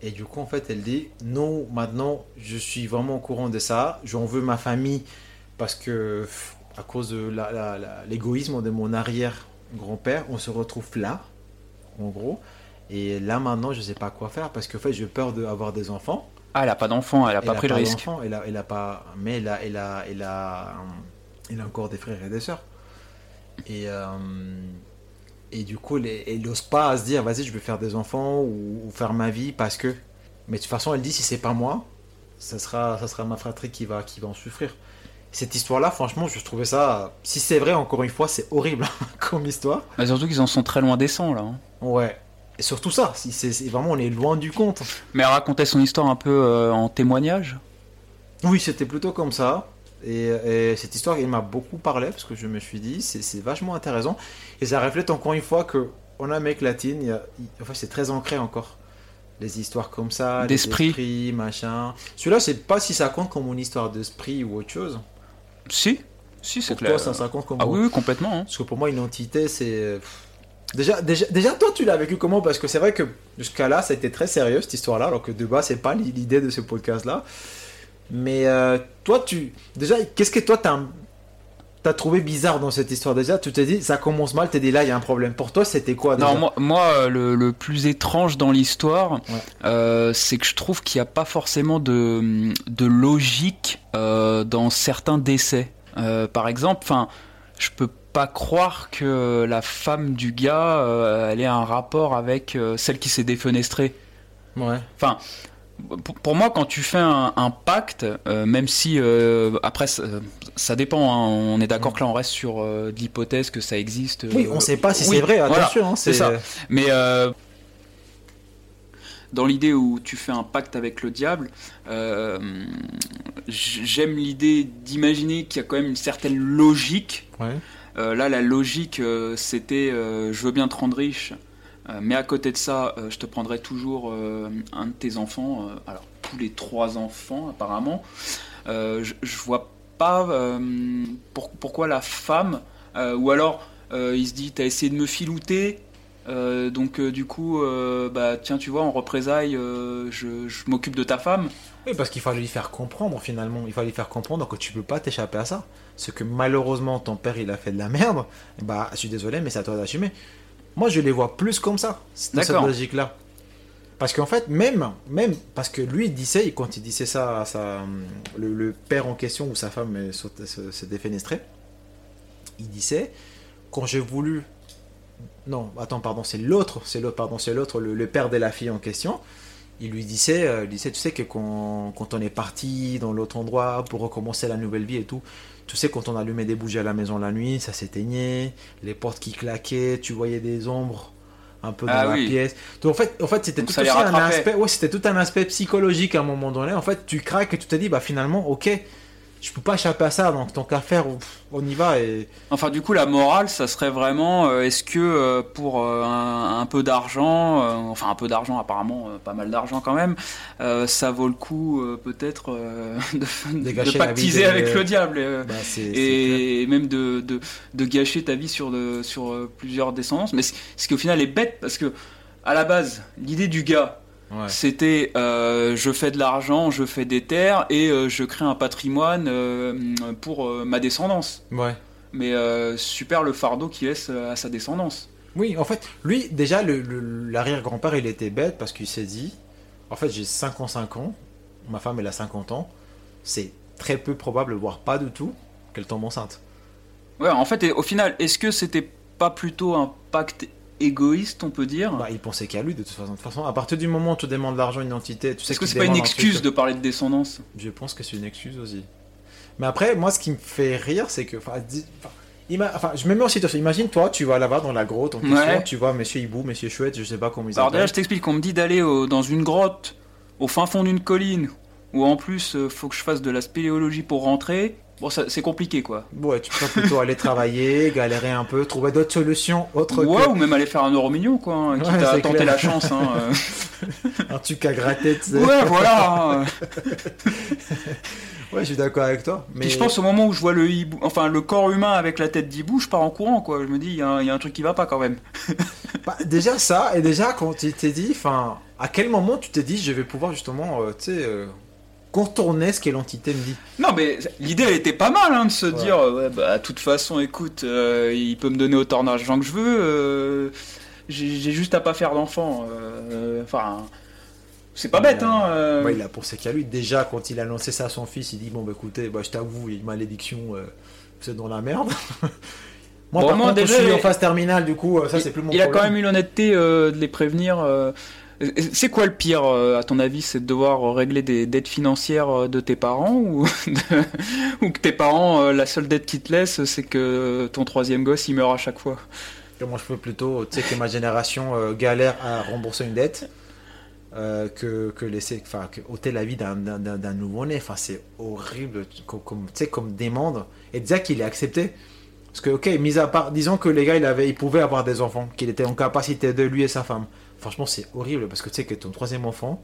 B: Et du coup, en fait, elle dit Non, maintenant, je suis vraiment au courant de ça. J'en veux ma famille parce que, pff, à cause de la- la- la- l'égoïsme de mon arrière-grand-père, on se retrouve là, en gros. Et là, maintenant, je sais pas quoi faire parce que, en fait, j'ai peur d'avoir des enfants.
A: Ah, elle a pas d'enfant, elle a pas
B: Elle
A: pris
B: a
A: le risque.
B: d'enfant, Elle a, elle a pas, mais elle a, elle a, elle a, euh, elle a encore des frères et des sœurs. Et euh, et du coup, elle- elle n'ose pas se dire, vas-y, je vais faire des enfants ou, ou faire ma vie parce que. Mais de toute façon, elle dit, si c'est pas moi, ça sera, ça sera ma fratrie qui va, qui va en souffrir. Cette histoire-là, franchement, je trouvais ça, si c'est vrai, encore une fois, c'est horrible comme histoire.
A: Mais surtout qu'ils en sont très loin des sangs là. hein.
B: Ouais. Et surtout ça, si c'est c'est vraiment, on est loin du compte.
A: Mais elle racontait son histoire un peu euh, en témoignage.
B: Oui, c'était plutôt comme ça. Et, et cette histoire, elle m'a beaucoup parlé parce que je me suis dit, c'est c'est vachement intéressant. Et ça reflète encore une fois que en Amérique latine, il y a- il- enfin, c'est très ancré encore. Les histoires comme ça, les
A: D'esprit.
B: esprits, machin. Celui-là, c'est pas si ça compte comme une histoire d'esprit ou autre chose.
A: Si, si, c'est
B: Pour
A: clair.
B: toi, ça, ça compte comme.
A: Ah oui, oui, complètement. hein.
B: Parce que pour moi, une entité, c'est. Déjà, déjà, déjà, toi, tu l'as vécu comment Parce que c'est vrai que jusqu'à là, ça a été très sérieux cette histoire-là, alors que de base, c'est pas l'idée de ce podcast-là. Mais euh, toi, tu. Déjà, qu'est-ce que toi, t'as. T'as trouvé bizarre dans cette histoire déjà Tu t'es dit, ça commence mal, t'es dit là, il y a un problème. Pour toi, c'était quoi Ah, déjà
A: Non, moi, moi, euh, le, le plus étrange dans l'histoire,
B: Ouais.
A: euh, c'est que je trouve qu'il n'y a pas forcément de, de logique euh, dans certains décès. Euh, par exemple, enfin, je peux pas croire que la femme du gars, euh, elle ait un rapport avec euh, celle qui s'est défenestrée.
B: Ouais.
A: Pour- Pour moi, quand tu fais un, un pacte, euh, même si euh, après ça, ça dépend, hein, on est d'accord que là on reste sur euh, de l'hypothèse que ça existe.
B: Mm. Oui,
A: euh,
B: on sait pas si
A: oui,
B: c'est vrai,
A: voilà.
B: attention. hein,
A: c'est ça. Mais euh, dans l'idée où tu fais un pacte avec le diable, euh, j- j'aime l'idée d'imaginer qu'il y a quand même une certaine logique.
B: Ouais.
A: Euh, là, la logique, euh, c'était euh, je veux bien te rendre riche, euh, mais à côté de ça, euh, je te prendrai toujours euh, un de tes enfants. euh, alors, tous les trois enfants, apparemment. Euh, je, je vois pas euh, pour- pourquoi la femme, euh, ou alors euh, il se dit T'as essayé de me filouter, euh, donc euh, du coup, euh, bah tiens, tu vois, en représailles, euh, je, je m'occupe de ta femme.
B: Oui, parce qu'il fallait lui faire comprendre finalement. Il fallait lui faire comprendre que tu peux pas t'échapper à ça. Ce que malheureusement ton père il a fait de la merde, bah je suis désolé, mais c'est à toi d'assumer. Moi je les vois plus comme ça, dans cette
A: D'accord.
B: logique là. Parce qu'en fait, même, même, parce que lui il disait, quand il disait ça, à sa- le, le père en question ou sa femme euh, saute- se, se défenestrait, il disait, quand j'ai voulu. Non, attends, pardon, c'est l'autre, c'est l'autre, pardon, c'est l'autre, le- le père de la fille en question il lui disait, euh, il disait tu sais que quand, quand on est parti dans l'autre endroit pour recommencer la nouvelle vie et tout, tu sais quand on allumait des bougies à la maison la nuit, ça s'éteignait, les portes qui claquaient, tu voyais des ombres un peu dans
A: Ah
B: la
A: oui.
B: pièce. Donc en fait, en fait c'était
A: Donc
B: tout,
A: ça les
B: aussi un
A: rattrapait.
B: aspect, ouais, c'était tout un aspect psychologique à un moment donné. En fait, tu craques et tu te dis bah finalement ok, je peux pas échapper à ça, donc tant qu'à faire, pff, on y va et
A: Enfin, du coup, la morale, ça serait vraiment euh, est-ce que euh, pour euh, un, un peu d'argent, euh, enfin un peu d'argent, apparemment euh, pas mal d'argent quand même, euh, ça vaut le coup euh, peut-être euh, de,
B: Dégager
A: de
B: la vie
A: pactiser
B: de-
A: avec le diable. euh,
B: bah, c'est- c'est
A: et même de, de, de gâcher ta vie sur, de, sur euh, plusieurs descendances. Mais c- ce qui au final est bête parce que, à la base, l'idée du gars,
B: clair. Ouais.
A: c'était euh, je fais de l'argent, je fais des terres et euh, je crée un patrimoine euh, pour euh, ma descendance.
B: ouais.
A: Mais euh, super le fardeau qu'il laisse euh, à sa descendance.
B: Oui, en fait, lui, déjà, le- le- l'arrière-grand-père, il était bête parce qu'il s'est dit En fait, j'ai 55 ans, ma femme, elle a 50 ans, c'est très peu probable, voire pas du tout, qu'elle tombe enceinte.
A: Ouais, en fait, et au final, est-ce que c'était pas plutôt un pacte égoïste, on peut dire
B: Bah, il pensait qu'à lui, de toute façon. De toute façon, à partir du moment où tu demandes de l'argent à une entité, tu sais
A: Est-ce que
B: tu
A: c'est pas une
B: demandes un
A: excuse
B: truc-
A: de
B: euh,
A: parler de descendance
B: Je pense que c'est une excuse aussi. Mais après, moi, ce qui me fait rire, c'est que. Enfin, dis- enfin, ima- enfin, je me mets en situation. Imagine, toi, tu vas là-bas dans la grotte, en question,
A: Ouais.
B: tu vois Monsieur Hibou, Monsieur Chouette, je sais pas comment ils
A: Alors déjà,
B: s'appellent.
A: je t'explique, on me dit d'aller au- dans une grotte, au fin fond d'une colline, où en plus, euh, faut que je fasse de la spéléologie pour rentrer. Bon, ça- c'est compliqué, quoi.
B: Ouais, tu peux plutôt aller travailler, galérer un peu, trouver d'autres solutions, autre
A: Ouais, ou même aller faire un euro million, quoi. hein, quitte
B: Ouais,
A: à
B: c'est
A: tenter
B: clair.
A: la chance. hein, euh.
B: que un truc à gratter, tu sais.
A: ouais, voilà. hein.
B: Ouais, je suis d'accord avec toi. Mais
A: Puis je pense au moment où je vois le hibou, enfin le corps humain avec la tête d'hibou, je pars en courant, quoi. Je me dis, il y, a un- il y a un truc qui va pas quand même.
B: Bah, déjà ça, et déjà quand tu t'es dit, enfin, à quel moment tu t'es dit, je vais pouvoir justement, euh, tu sais, euh, contourner ce que l'entité me dit.
A: Non, mais l'idée, elle était pas mal, hein, de se
B: Ouais.
A: dire, euh, ouais, bah, de toute façon, écoute, euh, il peut me donner autant d'argent que je veux, euh, j'ai j'ai juste à pas faire d'enfant. euh, Enfin, c'est pas bête, hein. euh.
B: Ouais, il a pensé qu'à lui. Déjà, quand il a lancé ça à son fils, il dit Bon, bah écoutez, bah, je t'avoue, il y a une malédiction, euh, vous êtes dans la merde. Moi,
A: Bon,
B: par
A: moi,
B: contre,
A: déjà,
B: je suis
A: il-
B: en phase terminale, du coup, euh, ça,
A: Il-
B: c'est plus mon
A: Il a
B: problème.
A: quand même eu l'honnêteté euh, de les prévenir. euh, euh, C'est quoi le pire, euh, à ton avis C'est de devoir euh, régler des dettes financières euh, de tes parents ou, de- ou que tes parents, euh, la seule dette qu'ils te laissent, c'est que ton troisième gosse, il meurt à chaque fois
B: Que Moi, je peux plutôt, tu sais, que ma génération euh, galère à rembourser une dette euh, que, que laisser, enfin, que ôter la vie d'un- d'un d'un- d'un nouveau-né. Enfin, c'est horrible comme, comme, tu sais, comme demande. Et déjà qu'il est accepté. Parce que, ok, mis à part, disons que les gars, il, avait, il pouvait avoir des enfants, qu'il était en capacité de lui et sa femme. Franchement, c'est horrible parce que tu sais que ton troisième enfant,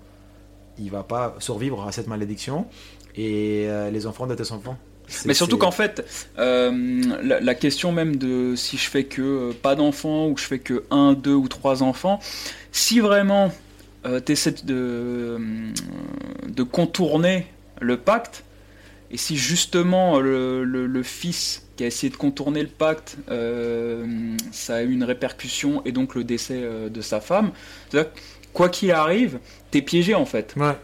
B: il va pas survivre à cette malédiction et euh, les enfants de tes enfants. C'est-
A: Mais surtout
B: c'est-
A: qu'en fait, euh, la, la question même de si je fais que euh, pas d'enfants ou que je fais que un, deux ou trois enfants, si vraiment tu essaies de, euh, de contourner le pacte, et si justement le, le- le fils qui a essayé de contourner le pacte, euh, ça a eu une répercussion et donc le décès euh, de sa femme, c'est-à-dire que quoi qu'il arrive, t'es piégé en fait.
B: Ouais,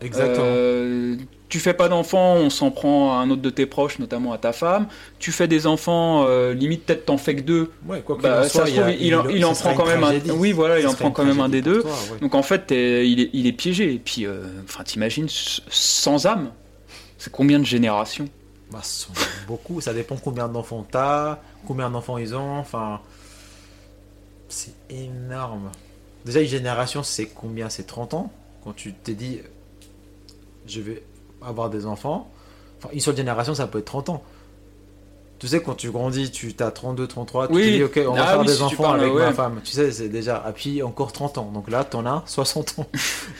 B: exactement.
A: Euh, tu fais pas d'enfants, on s'en prend à un autre de tes proches, notamment à ta femme. Tu fais des enfants, euh, limite peut-être t'en fais que deux.
B: Ouais, quoi qu'il
A: Bah,
B: en
A: ça
B: soit,
A: se
B: il, y a-
A: trouve, il en- il
B: ça
A: en
B: serait
A: prend
B: une
A: quand même un-
B: tragédie.
A: oui, voilà, il
B: Ça
A: en
B: serait
A: prend
B: une
A: quand même un
B: tragédie
A: des deux.
B: pour toi, ouais.
A: Donc en fait, t'es- il est, il est piégé. Et puis, euh, enfin, t'imagines, s- sans âme, c'est combien de générations
B: Bah, ce sont beaucoup, ça dépend combien d'enfants t'as, combien d'enfants ils ont, enfin. C'est énorme. Déjà, une génération, c'est combien C'est 30 ans Quand tu t'es dit, je vais avoir des enfants. Enfin, une seule génération, ça peut être 30 ans. Tu sais, quand tu grandis, tu as 32, 33, tu
A: Oui.
B: te dis, ok, on va
A: Ah
B: faire
A: oui,
B: des
A: si tu
B: enfants
A: parles,
B: avec
A: ouais.
B: ma femme. Tu sais, c'est déjà, ah, puis encore 30 ans. Donc là, t'en as 60 ans.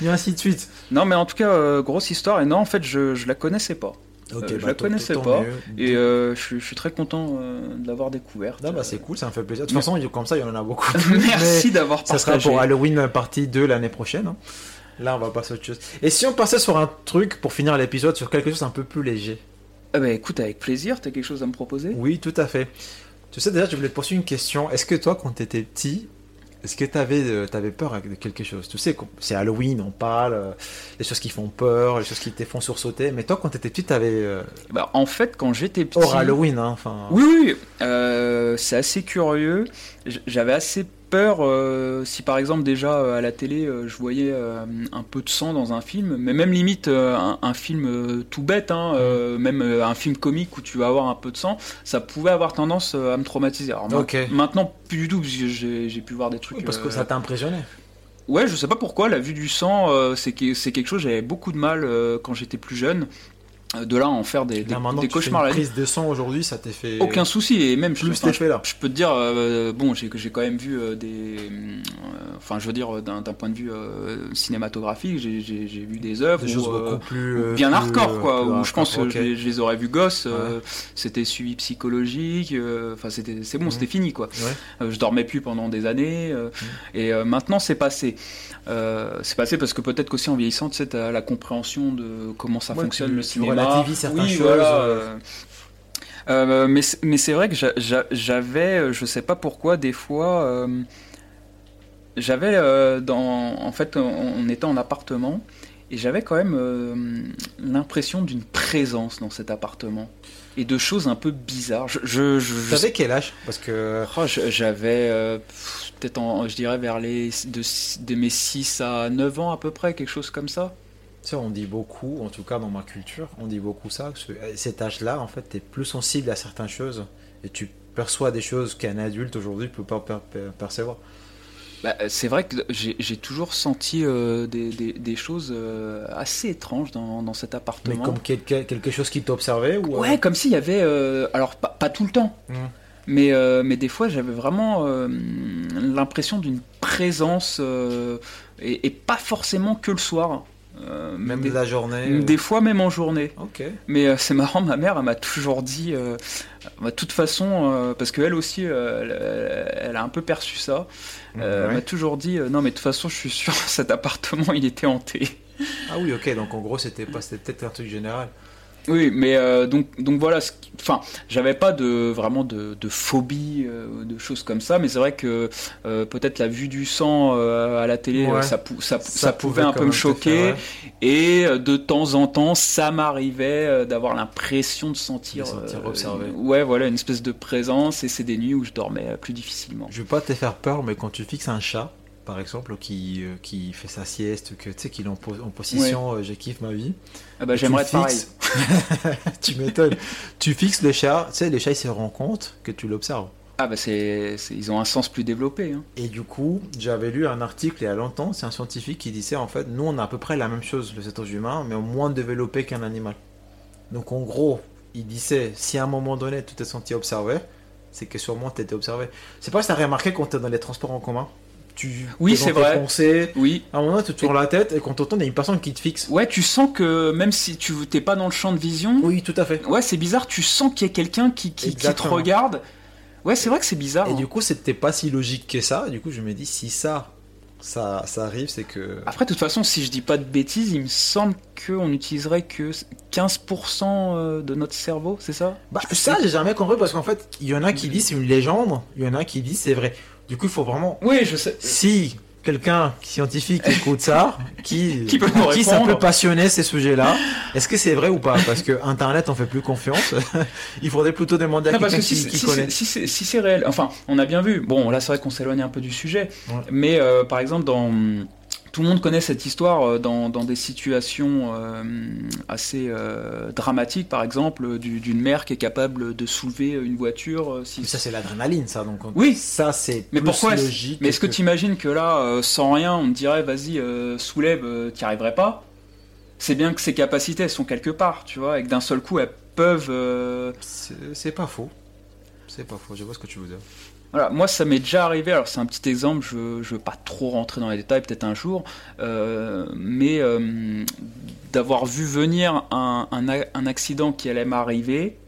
B: Et ainsi de suite.
A: Non, mais en tout cas, euh, grosse histoire. Et non, en fait, je, je la connaissais pas.
B: Ok,
A: Euh, je
B: bah,
A: la
B: tant-
A: connaissais
B: tant
A: pas.
B: mieux.
A: Et euh, je, suis- je suis très content euh, de l'avoir découverte.
B: Non, bah c'est cool, ça me fait plaisir. De toute façon, il- comme ça, il y en a beaucoup.
A: Merci d'avoir
B: Ça sera
A: partagé.
B: pour Halloween partie 2 l'année prochaine. hein. Là, on va passer à autre chose. Et si on passait sur un truc pour finir l'épisode, sur quelque chose un peu plus léger
A: Ah bah, écoute, avec plaisir, t'as quelque chose à me proposer
B: Oui, tout à fait. Tu sais, déjà, je voulais te poser une question. Est-ce que toi, quand t'étais petit, est-ce que t'avais euh, t'avais peur de quelque chose Tu sais, qu'on- c'est Halloween, on parle, euh, les choses qui font peur, les choses qui te font sursauter. Mais toi, quand t'étais petit, t'avais. euh,
A: Bah, en fait, quand j'étais petit.
B: hors Halloween, hein, enfin.
A: Oui, oui, euh, c'est assez curieux. J- J'avais assez peur euh, si par exemple déjà euh, à la télé euh, je voyais euh, un peu de sang dans un film, mais même limite euh, un, un film euh, tout bête, hein, euh, même euh, un film comique où tu vas avoir un peu de sang, ça pouvait avoir tendance euh, à me traumatiser. Alors, ma-
B: Ok.
A: Maintenant, plus du tout, parce que j'ai j'ai pu voir des trucs.
B: Oui, parce que
A: euh,
B: ça t'a impressionné.
A: Ouais, je sais pas pourquoi, la vue du sang, euh, c'est que- c'est quelque chose, j'avais beaucoup de mal euh, quand j'étais plus jeune, euh, de là à en faire des, des-
B: Là, maintenant,
A: des
B: tu fais
A: cauchemars
B: une
A: la nuit.
B: prise de sang aujourd'hui, ça t'est fait.
A: Aucun souci, et même je-
B: Plus
A: enfin, je,
B: d'effet là.
A: je peux te dire, euh, bon, j'ai j'ai quand même vu euh, des. euh, Enfin, je veux dire, d'un d'un point de vue euh, cinématographique, j'ai- j'ai j'ai vu des œuvres.
B: des
A: où,
B: choses
A: euh,
B: beaucoup plus euh,
A: bien
B: plus,
A: hardcore
B: euh,
A: quoi
B: plus
A: où je
B: hardcore,
A: pense que
B: ok.
A: je, les- je les aurais vus gosses euh, c'était suivi psychologique euh, enfin c'était c'est bon
B: Mhm.
A: c'était fini quoi
B: Ouais. Mhm.
A: Euh, je dormais plus pendant des années euh, et euh, maintenant c'est passé Euh, c'est passé parce que peut-être qu'aussi en vieillissant tu sais t'as la compréhension de comment ça
B: Ouais,
A: fonctionne
B: tu-
A: le
B: tu
A: cinéma
B: relativises certaines
A: Oui,
B: choses,
A: voilà,
B: euh.
A: euh. Euh, mais c'est- mais c'est vrai que j'a- j'a- j'avais euh, je sais pas pourquoi des fois euh, j'avais euh, dans en fait on, on était en appartement et j'avais quand même euh, l'impression d'une présence dans cet appartement. et de choses un peu bizarres. Je, je, je, je
B: T'avais quel âge Parce que
A: Oh, je- J'avais euh, pff, peut-être, en- je dirais, vers les de, de mes 6 à 9 ans à peu près, quelque chose comme ça.
B: ça, on dit beaucoup, en tout cas dans ma culture, on dit beaucoup ça. que ce- à cet âge-là, en fait, t'es plus sensible à certaines choses et tu perçois des choses qu'un adulte aujourd'hui peut pas per- per- percevoir.
A: Bah, euh, c'est vrai que j'ai j'ai toujours senti euh, des, des- des choses euh, assez étranges dans, dans cet
B: Mais
A: appartement.
B: comme quelque, quelque chose qui t'observait ou euh,
A: Ouais, comme s'il y avait. euh, alors, pas, pas tout le temps.
B: Mm.
A: Mais, euh, mais des fois, j'avais vraiment euh, l'impression d'une présence, euh, et, et pas forcément que le soir. Euh,
B: même
A: des,
B: la journée. euh,
A: des fois, même en journée.
B: Ok.
A: Mais euh, c'est marrant, ma mère, elle m'a toujours dit, euh, bah, de toute façon, euh, parce qu'elle aussi, euh, elle, elle a un peu perçu ça, euh, elle
B: Ouais.
A: m'a toujours dit, euh, non mais de toute façon, je suis sûr, cet appartement, il était hanté.
B: Ah oui, ok. Donc en gros, c'était pas, c'était peut-être un truc général.
A: Oui, mais euh, donc, donc voilà, ce qui- enfin, j'avais pas de, vraiment de, de phobie, euh, de choses comme ça, mais c'est vrai que euh, peut-être la vue du sang euh, à la télé,
B: Ouais.
A: euh, ça, pou- ça, ça pouvait un
B: quand
A: peu me
B: même te
A: choquer,
B: faire, ouais,
A: Et euh, de temps en temps, ça m'arrivait euh, d'avoir l'impression de sentir,
B: De sentir
A: euh,
B: observé.
A: une- ouais, voilà, une espèce de présence. Et c'est des nuits où je dormais euh, plus difficilement.
B: Je veux pas te faire peur, mais quand tu fixes un chat, par exemple, qui, euh, qui fait sa sieste, que tu sais qu'il est en, po- en position, euh, je kiffe ma vie.
A: Ah bah,
B: Et tu
A: j'aimerais
B: le
A: être pareil.
B: fixes. tu m'étonnes. tu fixes le chat, tu sais, le chat il se rend compte que tu l'observes.
A: Ah bah, c'est, c'est- ils ont un sens plus développé. hein.
B: Et du coup, j'avais lu un article il y a longtemps, c'est un scientifique qui disait en fait, nous on a à peu près la même chose, les êtres humains, mais moins développé qu'un animal. Donc en gros, il disait, si à un moment donné tu t'es senti observé, c'est que sûrement tu étais observé. C'est pas si t'as remarqué quand t'es dans les transports en commun. Tu,
A: Oui,
B: t'es dans
A: c'est
B: tes
A: vrai.
B: pensées,
A: Oui.
B: à un moment donné, tu te tournes la tête et quand t'entends, il y a une personne qui te fixe.
A: Ouais, tu sens que même si tu t'es pas dans le champ de vision,
B: Oui, tout à fait.
A: ouais, c'est bizarre. Tu sens qu'il y a quelqu'un qui, qui, qui te
B: Exactement.
A: regarde. Ouais, c'est vrai que c'est bizarre.
B: Et
A: hein.
B: du coup, c'était pas si logique que ça. Du coup, je me dis, si ça, ça, ça arrive, c'est que.
A: Après, de toute façon, si je dis pas de bêtises, il me semble qu'on n'utiliserait que 15% euh, de notre cerveau, c'est ça
B: Bah, ça, j'ai jamais compris parce qu'en fait, il y en a qui disent c'est une légende, il y en a qui disent c'est vrai. Du coup, il faut vraiment.
A: Oui, je sais.
B: Si quelqu'un scientifique écoute ça, qui,
A: Qui peut nous
B: à qui ça
A: répondre.
B: peut passionner ces sujets-là, est-ce que c'est vrai ou pas Parce que Internet, on fait plus confiance. il faudrait plutôt demander à
A: Non, parce
B: quelqu'un
A: que
B: qui,
A: si,
B: qui
A: si
B: connaît.
A: c'est- si c'est si c'est réel, enfin, on a bien vu. Bon, là, c'est vrai qu'on s'éloigne un peu du sujet,
B: Ouais.
A: mais euh, par exemple, dans tout le monde connaît cette histoire euh, dans, dans des situations euh, assez euh, dramatiques, par exemple, du- d'une mère qui est capable de soulever une voiture. euh, si-
B: Mais ça, c'est l'adrénaline, ça. Donc, on-
A: Oui.
B: ça, c'est
A: Mais
B: plus
A: pourquoi est-ce-
B: logique.
A: Mais est-ce que tu imagines que là, euh, sans rien, on te dirait vas-y, euh, soulève, euh, t'y arriverais pas C'est bien que ses capacités elles sont quelque part, tu vois, et que d'un seul coup elles peuvent. euh,
B: C'est c'est pas faux. C'est pas faux, je vois ce que tu veux dire.
A: Voilà, moi ça m'est déjà arrivé, alors c'est un petit exemple, je, je veux pas trop rentrer dans les détails, peut-être un jour, euh, mais euh, d'avoir vu venir un, un a- un accident qui allait m'arriver,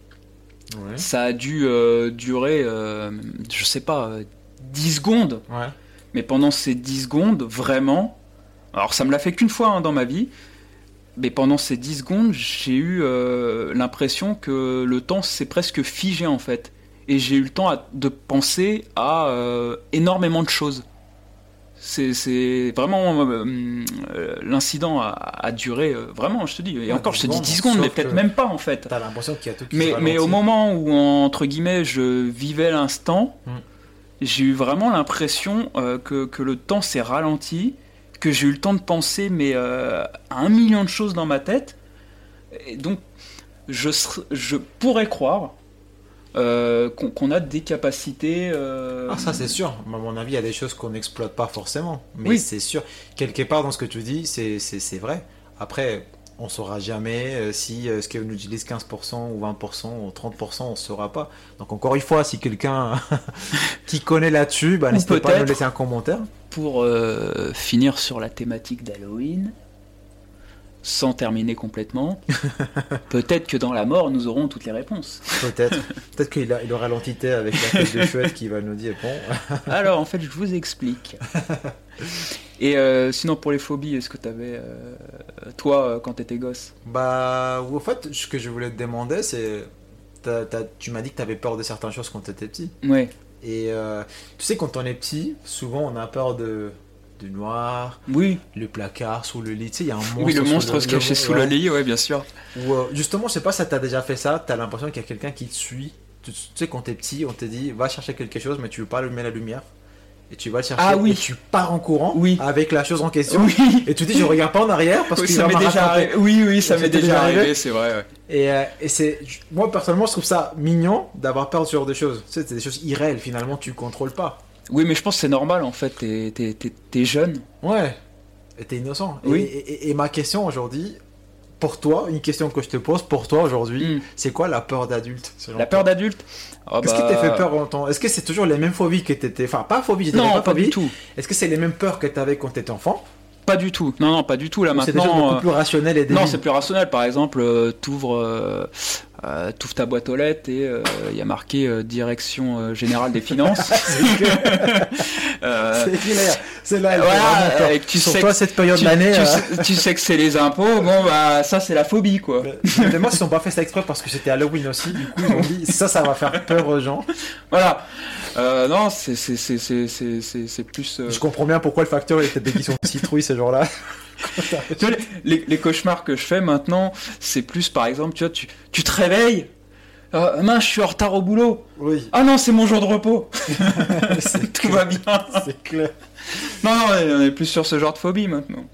B: Ouais.
A: ça a dû euh, durer, euh, je sais pas, euh, 10 secondes,
B: Ouais.
A: mais pendant ces 10 secondes, vraiment, alors ça me l'a fait qu'une fois hein, dans ma vie, mais pendant ces 10 secondes, j'ai eu euh, l'impression que le temps s'est presque figé en fait. Et j'ai eu le temps à- de penser à euh, énormément de choses. C'est- C'est vraiment. euh, hum, euh, L'incident a, a duré euh, vraiment, je te dis. Et
B: Ouais,
A: encore, je te dis
B: 10
A: 10 secondes,
B: secondes,
A: mais
B: sauf
A: peut-être
B: que-
A: même pas en fait.
B: T'as l'impression qu'il y a tout qui se
A: Mais, mais
B: ralentit.
A: au moment où, entre guillemets, je vivais l'instant,
B: Mm.
A: j'ai eu vraiment l'impression euh, que, que le temps s'est ralenti, que j'ai eu le temps de penser mais, euh, à un million de choses dans ma tête. Et donc, je, ser- je pourrais croire euh, qu'on qu'on a des capacités. euh,
B: Ah, ça c'est sûr. Mais À mon avis, il y a des choses qu'on n'exploite pas forcément. Mais
A: Oui.
B: c'est sûr. Quelque part dans ce que tu dis, c'est- c'est c'est vrai. Après, on saura jamais euh, si euh, ce qu'on utilise 15% ou 20% ou 30%, on saura pas. Donc encore une fois, si quelqu'un qui connaît là-dessus, bah,
A: Ou
B: n'hésitez pas à nous
A: peut-être.
B: laisser un commentaire.
A: Pour euh, finir sur la thématique d'Halloween, sans terminer complètement, peut-être que dans la mort, nous aurons toutes les réponses.
B: Peut-être. Peut-être qu'il a- il aura l'entité avec la tête de chouette qui va nous dire bon.
A: Alors, en fait, je vous explique. Et euh, sinon, pour les phobies, est-ce que t'avais, euh, toi, euh, quand t'étais gosse
B: Bah, ou en fait, ce que je voulais te demander, c'est. t'as- t'as- tu m'as dit que tu avais peur de certaines choses quand tu étais petit.
A: Ouais.
B: Et euh, tu sais, quand on est petit, souvent on a peur de, du noir,
A: Oui,
B: le placard sous le lit. Tu sais, il y a un monstre.
A: oui, le
B: sous
A: monstre se cachait sous le
B: ouais.
A: lit, ouais, bien sûr.
B: Ou, euh, justement, je sais pas si t'as déjà fait ça, t'as l'impression qu'il y a quelqu'un qui te suit. Tu tu sais, quand t'es petit, on te dit va chercher quelque chose, mais tu veux pas allumer la lumière. Et tu vas le chercher
A: Ah oui.
B: et tu pars en courant
A: Oui.
B: avec la chose en question.
A: Oui,
B: Et tu dis je regarde pas en arrière parce
A: oui,
B: que
A: ça m'est déjà arrivé. Oui, oui, ça
B: Ça
A: m'est
B: t'est
A: déjà
B: déjà arrivé
A: arrivé, c'est vrai. ouais.
B: Et, euh, et c'est moi personnellement je trouve ça mignon d'avoir peur de ce genre de choses. Tu sais, c'est des choses irréelles finalement tu contrôles pas.
A: Oui, mais je pense que c'est normal en fait. T'es- T'es t'es- t'es jeune.
B: Ouais. Et t'es innocent. Et-
A: Oui.
B: Et, et- et ma question aujourd'hui, pour toi, une question que je te pose pour toi aujourd'hui,
A: Hmm.
B: c'est quoi la peur d'adulte selon
A: La
B: toi
A: peur d'adulte. Ah
B: Qu'est-ce
A: bah,
B: qui t'a fait peur en temps Est-ce que c'est toujours les mêmes phobies que t'étais Enfin, pas phobies, je dirais
A: Non, pas
B: phobies.
A: du tout.
B: Est-ce que c'est les mêmes peurs que t'avais quand t'étais enfant
A: Pas du tout. Non, non, pas du tout là
B: Ou C'est des choses
A: maintenant. euh,
B: beaucoup plus rationnelles et
A: Non,
B: débiles
A: c'est plus rationnel. Par exemple, euh, t'ouvres, euh, euh, t'ouvres ta boîte aux lettres et euh, il y a marqué euh, direction euh, générale des finances. Euh,
B: C'est clair. C'est là. elle fait
A: voilà, euh,
B: vraiment peur.
A: et que tu
B: Sur
A: sais
B: toi,
A: que-
B: cette période
A: tu,
B: d'année.
A: tu
B: euh,
A: sais, tu sais que c'est les impôts. Bon, bah ça c'est la phobie quoi.
B: Mais moi, ils ont pas fait ça exprès parce que c'était Halloween aussi. Du coup, ils ont dit ça, ça va faire peur aux gens.
A: Voilà. Euh, non, c'est c'est c'est c'est c'est c'est- c'est plus. euh,
B: Je comprends bien pourquoi le facteur il était déguisé en citrouille ces jours-là.
A: Tu vois, les, les cauchemars que je fais maintenant, c'est plus par exemple, tu vois, tu, tu te réveilles. Euh, mince, je suis en retard au boulot.
B: Oui,
A: Ah non, c'est mon jour de repos.
B: c'est
A: Tout va bien.
B: c'est clair.
A: Non, non, on est plus sur ce genre de phobie maintenant.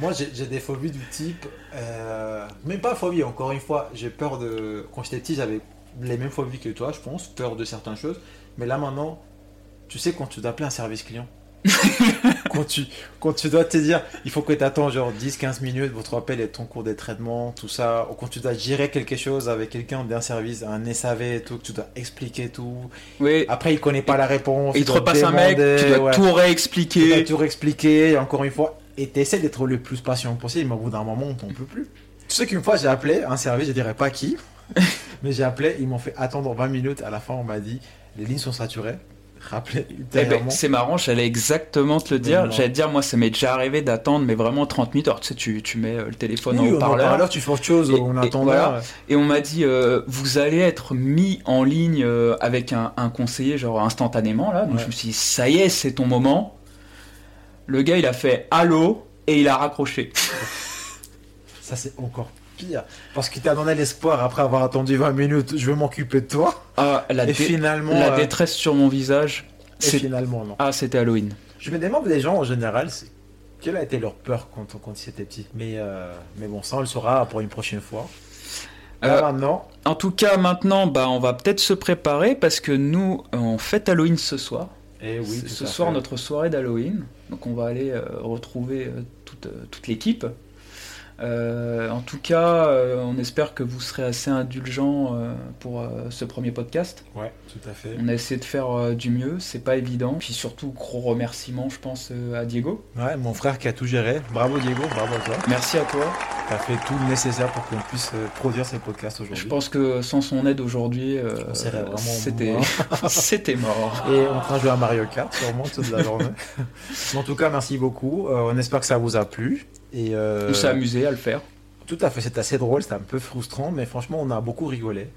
B: Moi, j'ai j'ai des phobies du type. euh, Même pas phobie, encore une fois. J'ai peur de. Quand j'étais petit, j'avais les mêmes phobies que toi, je pense. Peur de certaines choses. Mais là, maintenant, tu sais, quand tu dois appeler un service client. quand, tu, quand tu dois te dire, il faut que tu attends genre 10-15 minutes, votre appel est en cours des traitements, tout ça. Ou quand tu dois gérer quelque chose avec quelqu'un d'un service, un SAV et tout, que tu dois expliquer tout.
A: Oui,
B: Après, il connaît pas la réponse.
A: il te repasse un mec, tu dois tout
B: Tu dois
A: réexpliquer.
B: tout réexpliquer, encore une fois, et t'essaies d'être le plus patient possible, mais au bout d'un moment, on t'en peut plus.
A: Eh
B: Tu sais qu'une fois, j'ai appelé un service, je dirais pas qui, mais j'ai appelé, ils m'ont fait attendre 20 minutes, à la fin, on m'a dit, les lignes sont saturées, rappelez
A: Eh ben,
B: ultérieurement.
A: c'est marrant, j'allais exactement te le
B: Mais
A: dire.
B: non.
A: J'allais te dire, moi, ça m'est déjà arrivé d'attendre, mais vraiment 30 minutes. Alors, tu sais, tu, tu mets euh, le téléphone
B: Oui,
A: en
B: on en
A: haut-parleur.
B: parle, tu fais autre chose,
A: Et-
B: on
A: et
B: attend
A: voilà.
B: là.
A: Et on m'a dit, euh, vous allez être mis en ligne euh, avec un, un conseiller, genre instantanément, là. Donc
B: Ouais.
A: je me suis dit, ça y est, c'est ton moment. Le gars, il a fait allô et il a raccroché.
B: Ça, c'est encore pire, parce qu'il t'a donné l'espoir, après avoir attendu 20 minutes, je vais m'occuper de toi,
A: Ah, la,
B: et
A: dé-
B: finalement,
A: la
B: euh,
A: détresse sur mon visage.
B: et
A: c'est-
B: finalement, non.
A: Ah, c'était Halloween.
B: Je me demande des gens en général, c'est- quelle a été leur peur quand, quand ils étaient petits. Mais, euh, mais bon, ça on le saura pour une prochaine fois. Là
A: Euh,
B: maintenant,
A: En tout cas, maintenant, bah, on va peut-être se préparer parce que nous, on fête Halloween ce soir.
B: et eh oui,
A: C'est
B: tout
A: ce
B: à
A: soir,
B: fait.
A: notre soirée d'Halloween. Donc, on va aller euh, retrouver euh, toute, euh, toute l'équipe. Euh, en tout cas, euh, on espère que vous serez assez indulgents euh, pour euh, ce premier podcast.
B: Ouais, tout à fait.
A: On a essayé de faire euh, du mieux, c'est pas évident. Puis surtout, gros remerciement, je pense, euh, à Diego.
B: Ouais, mon frère qui a tout géré. Bravo Diego, bravo à toi.
A: Merci à toi.
B: T'as fait tout le nécessaire pour qu'on puisse euh, produire ces podcasts
A: Je
B: aujourd'hui.
A: pense que sans son aide aujourd'hui, euh,
B: On serait vraiment
A: c'était
B: mort.
A: c'était mort.
B: Oh. Et on est en train de jouer à Mario Kart, sûrement toute la journée. Mais en tout cas, merci beaucoup. Euh, on espère que ça vous a plu. Et euh,
A: On s'est amusé à le faire.
B: Tout à fait, c'est assez drôle, c'est un peu frustrant, mais franchement, on a beaucoup rigolé.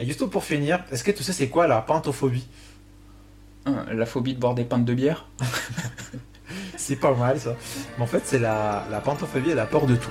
B: Et juste pour finir, est-ce que tu sais c'est quoi la pantophobie
A: Hein, La phobie de boire des pintes de bière.
B: C'est pas mal ça. Mais en fait, c'est la, la pantophobie et la peur de tout.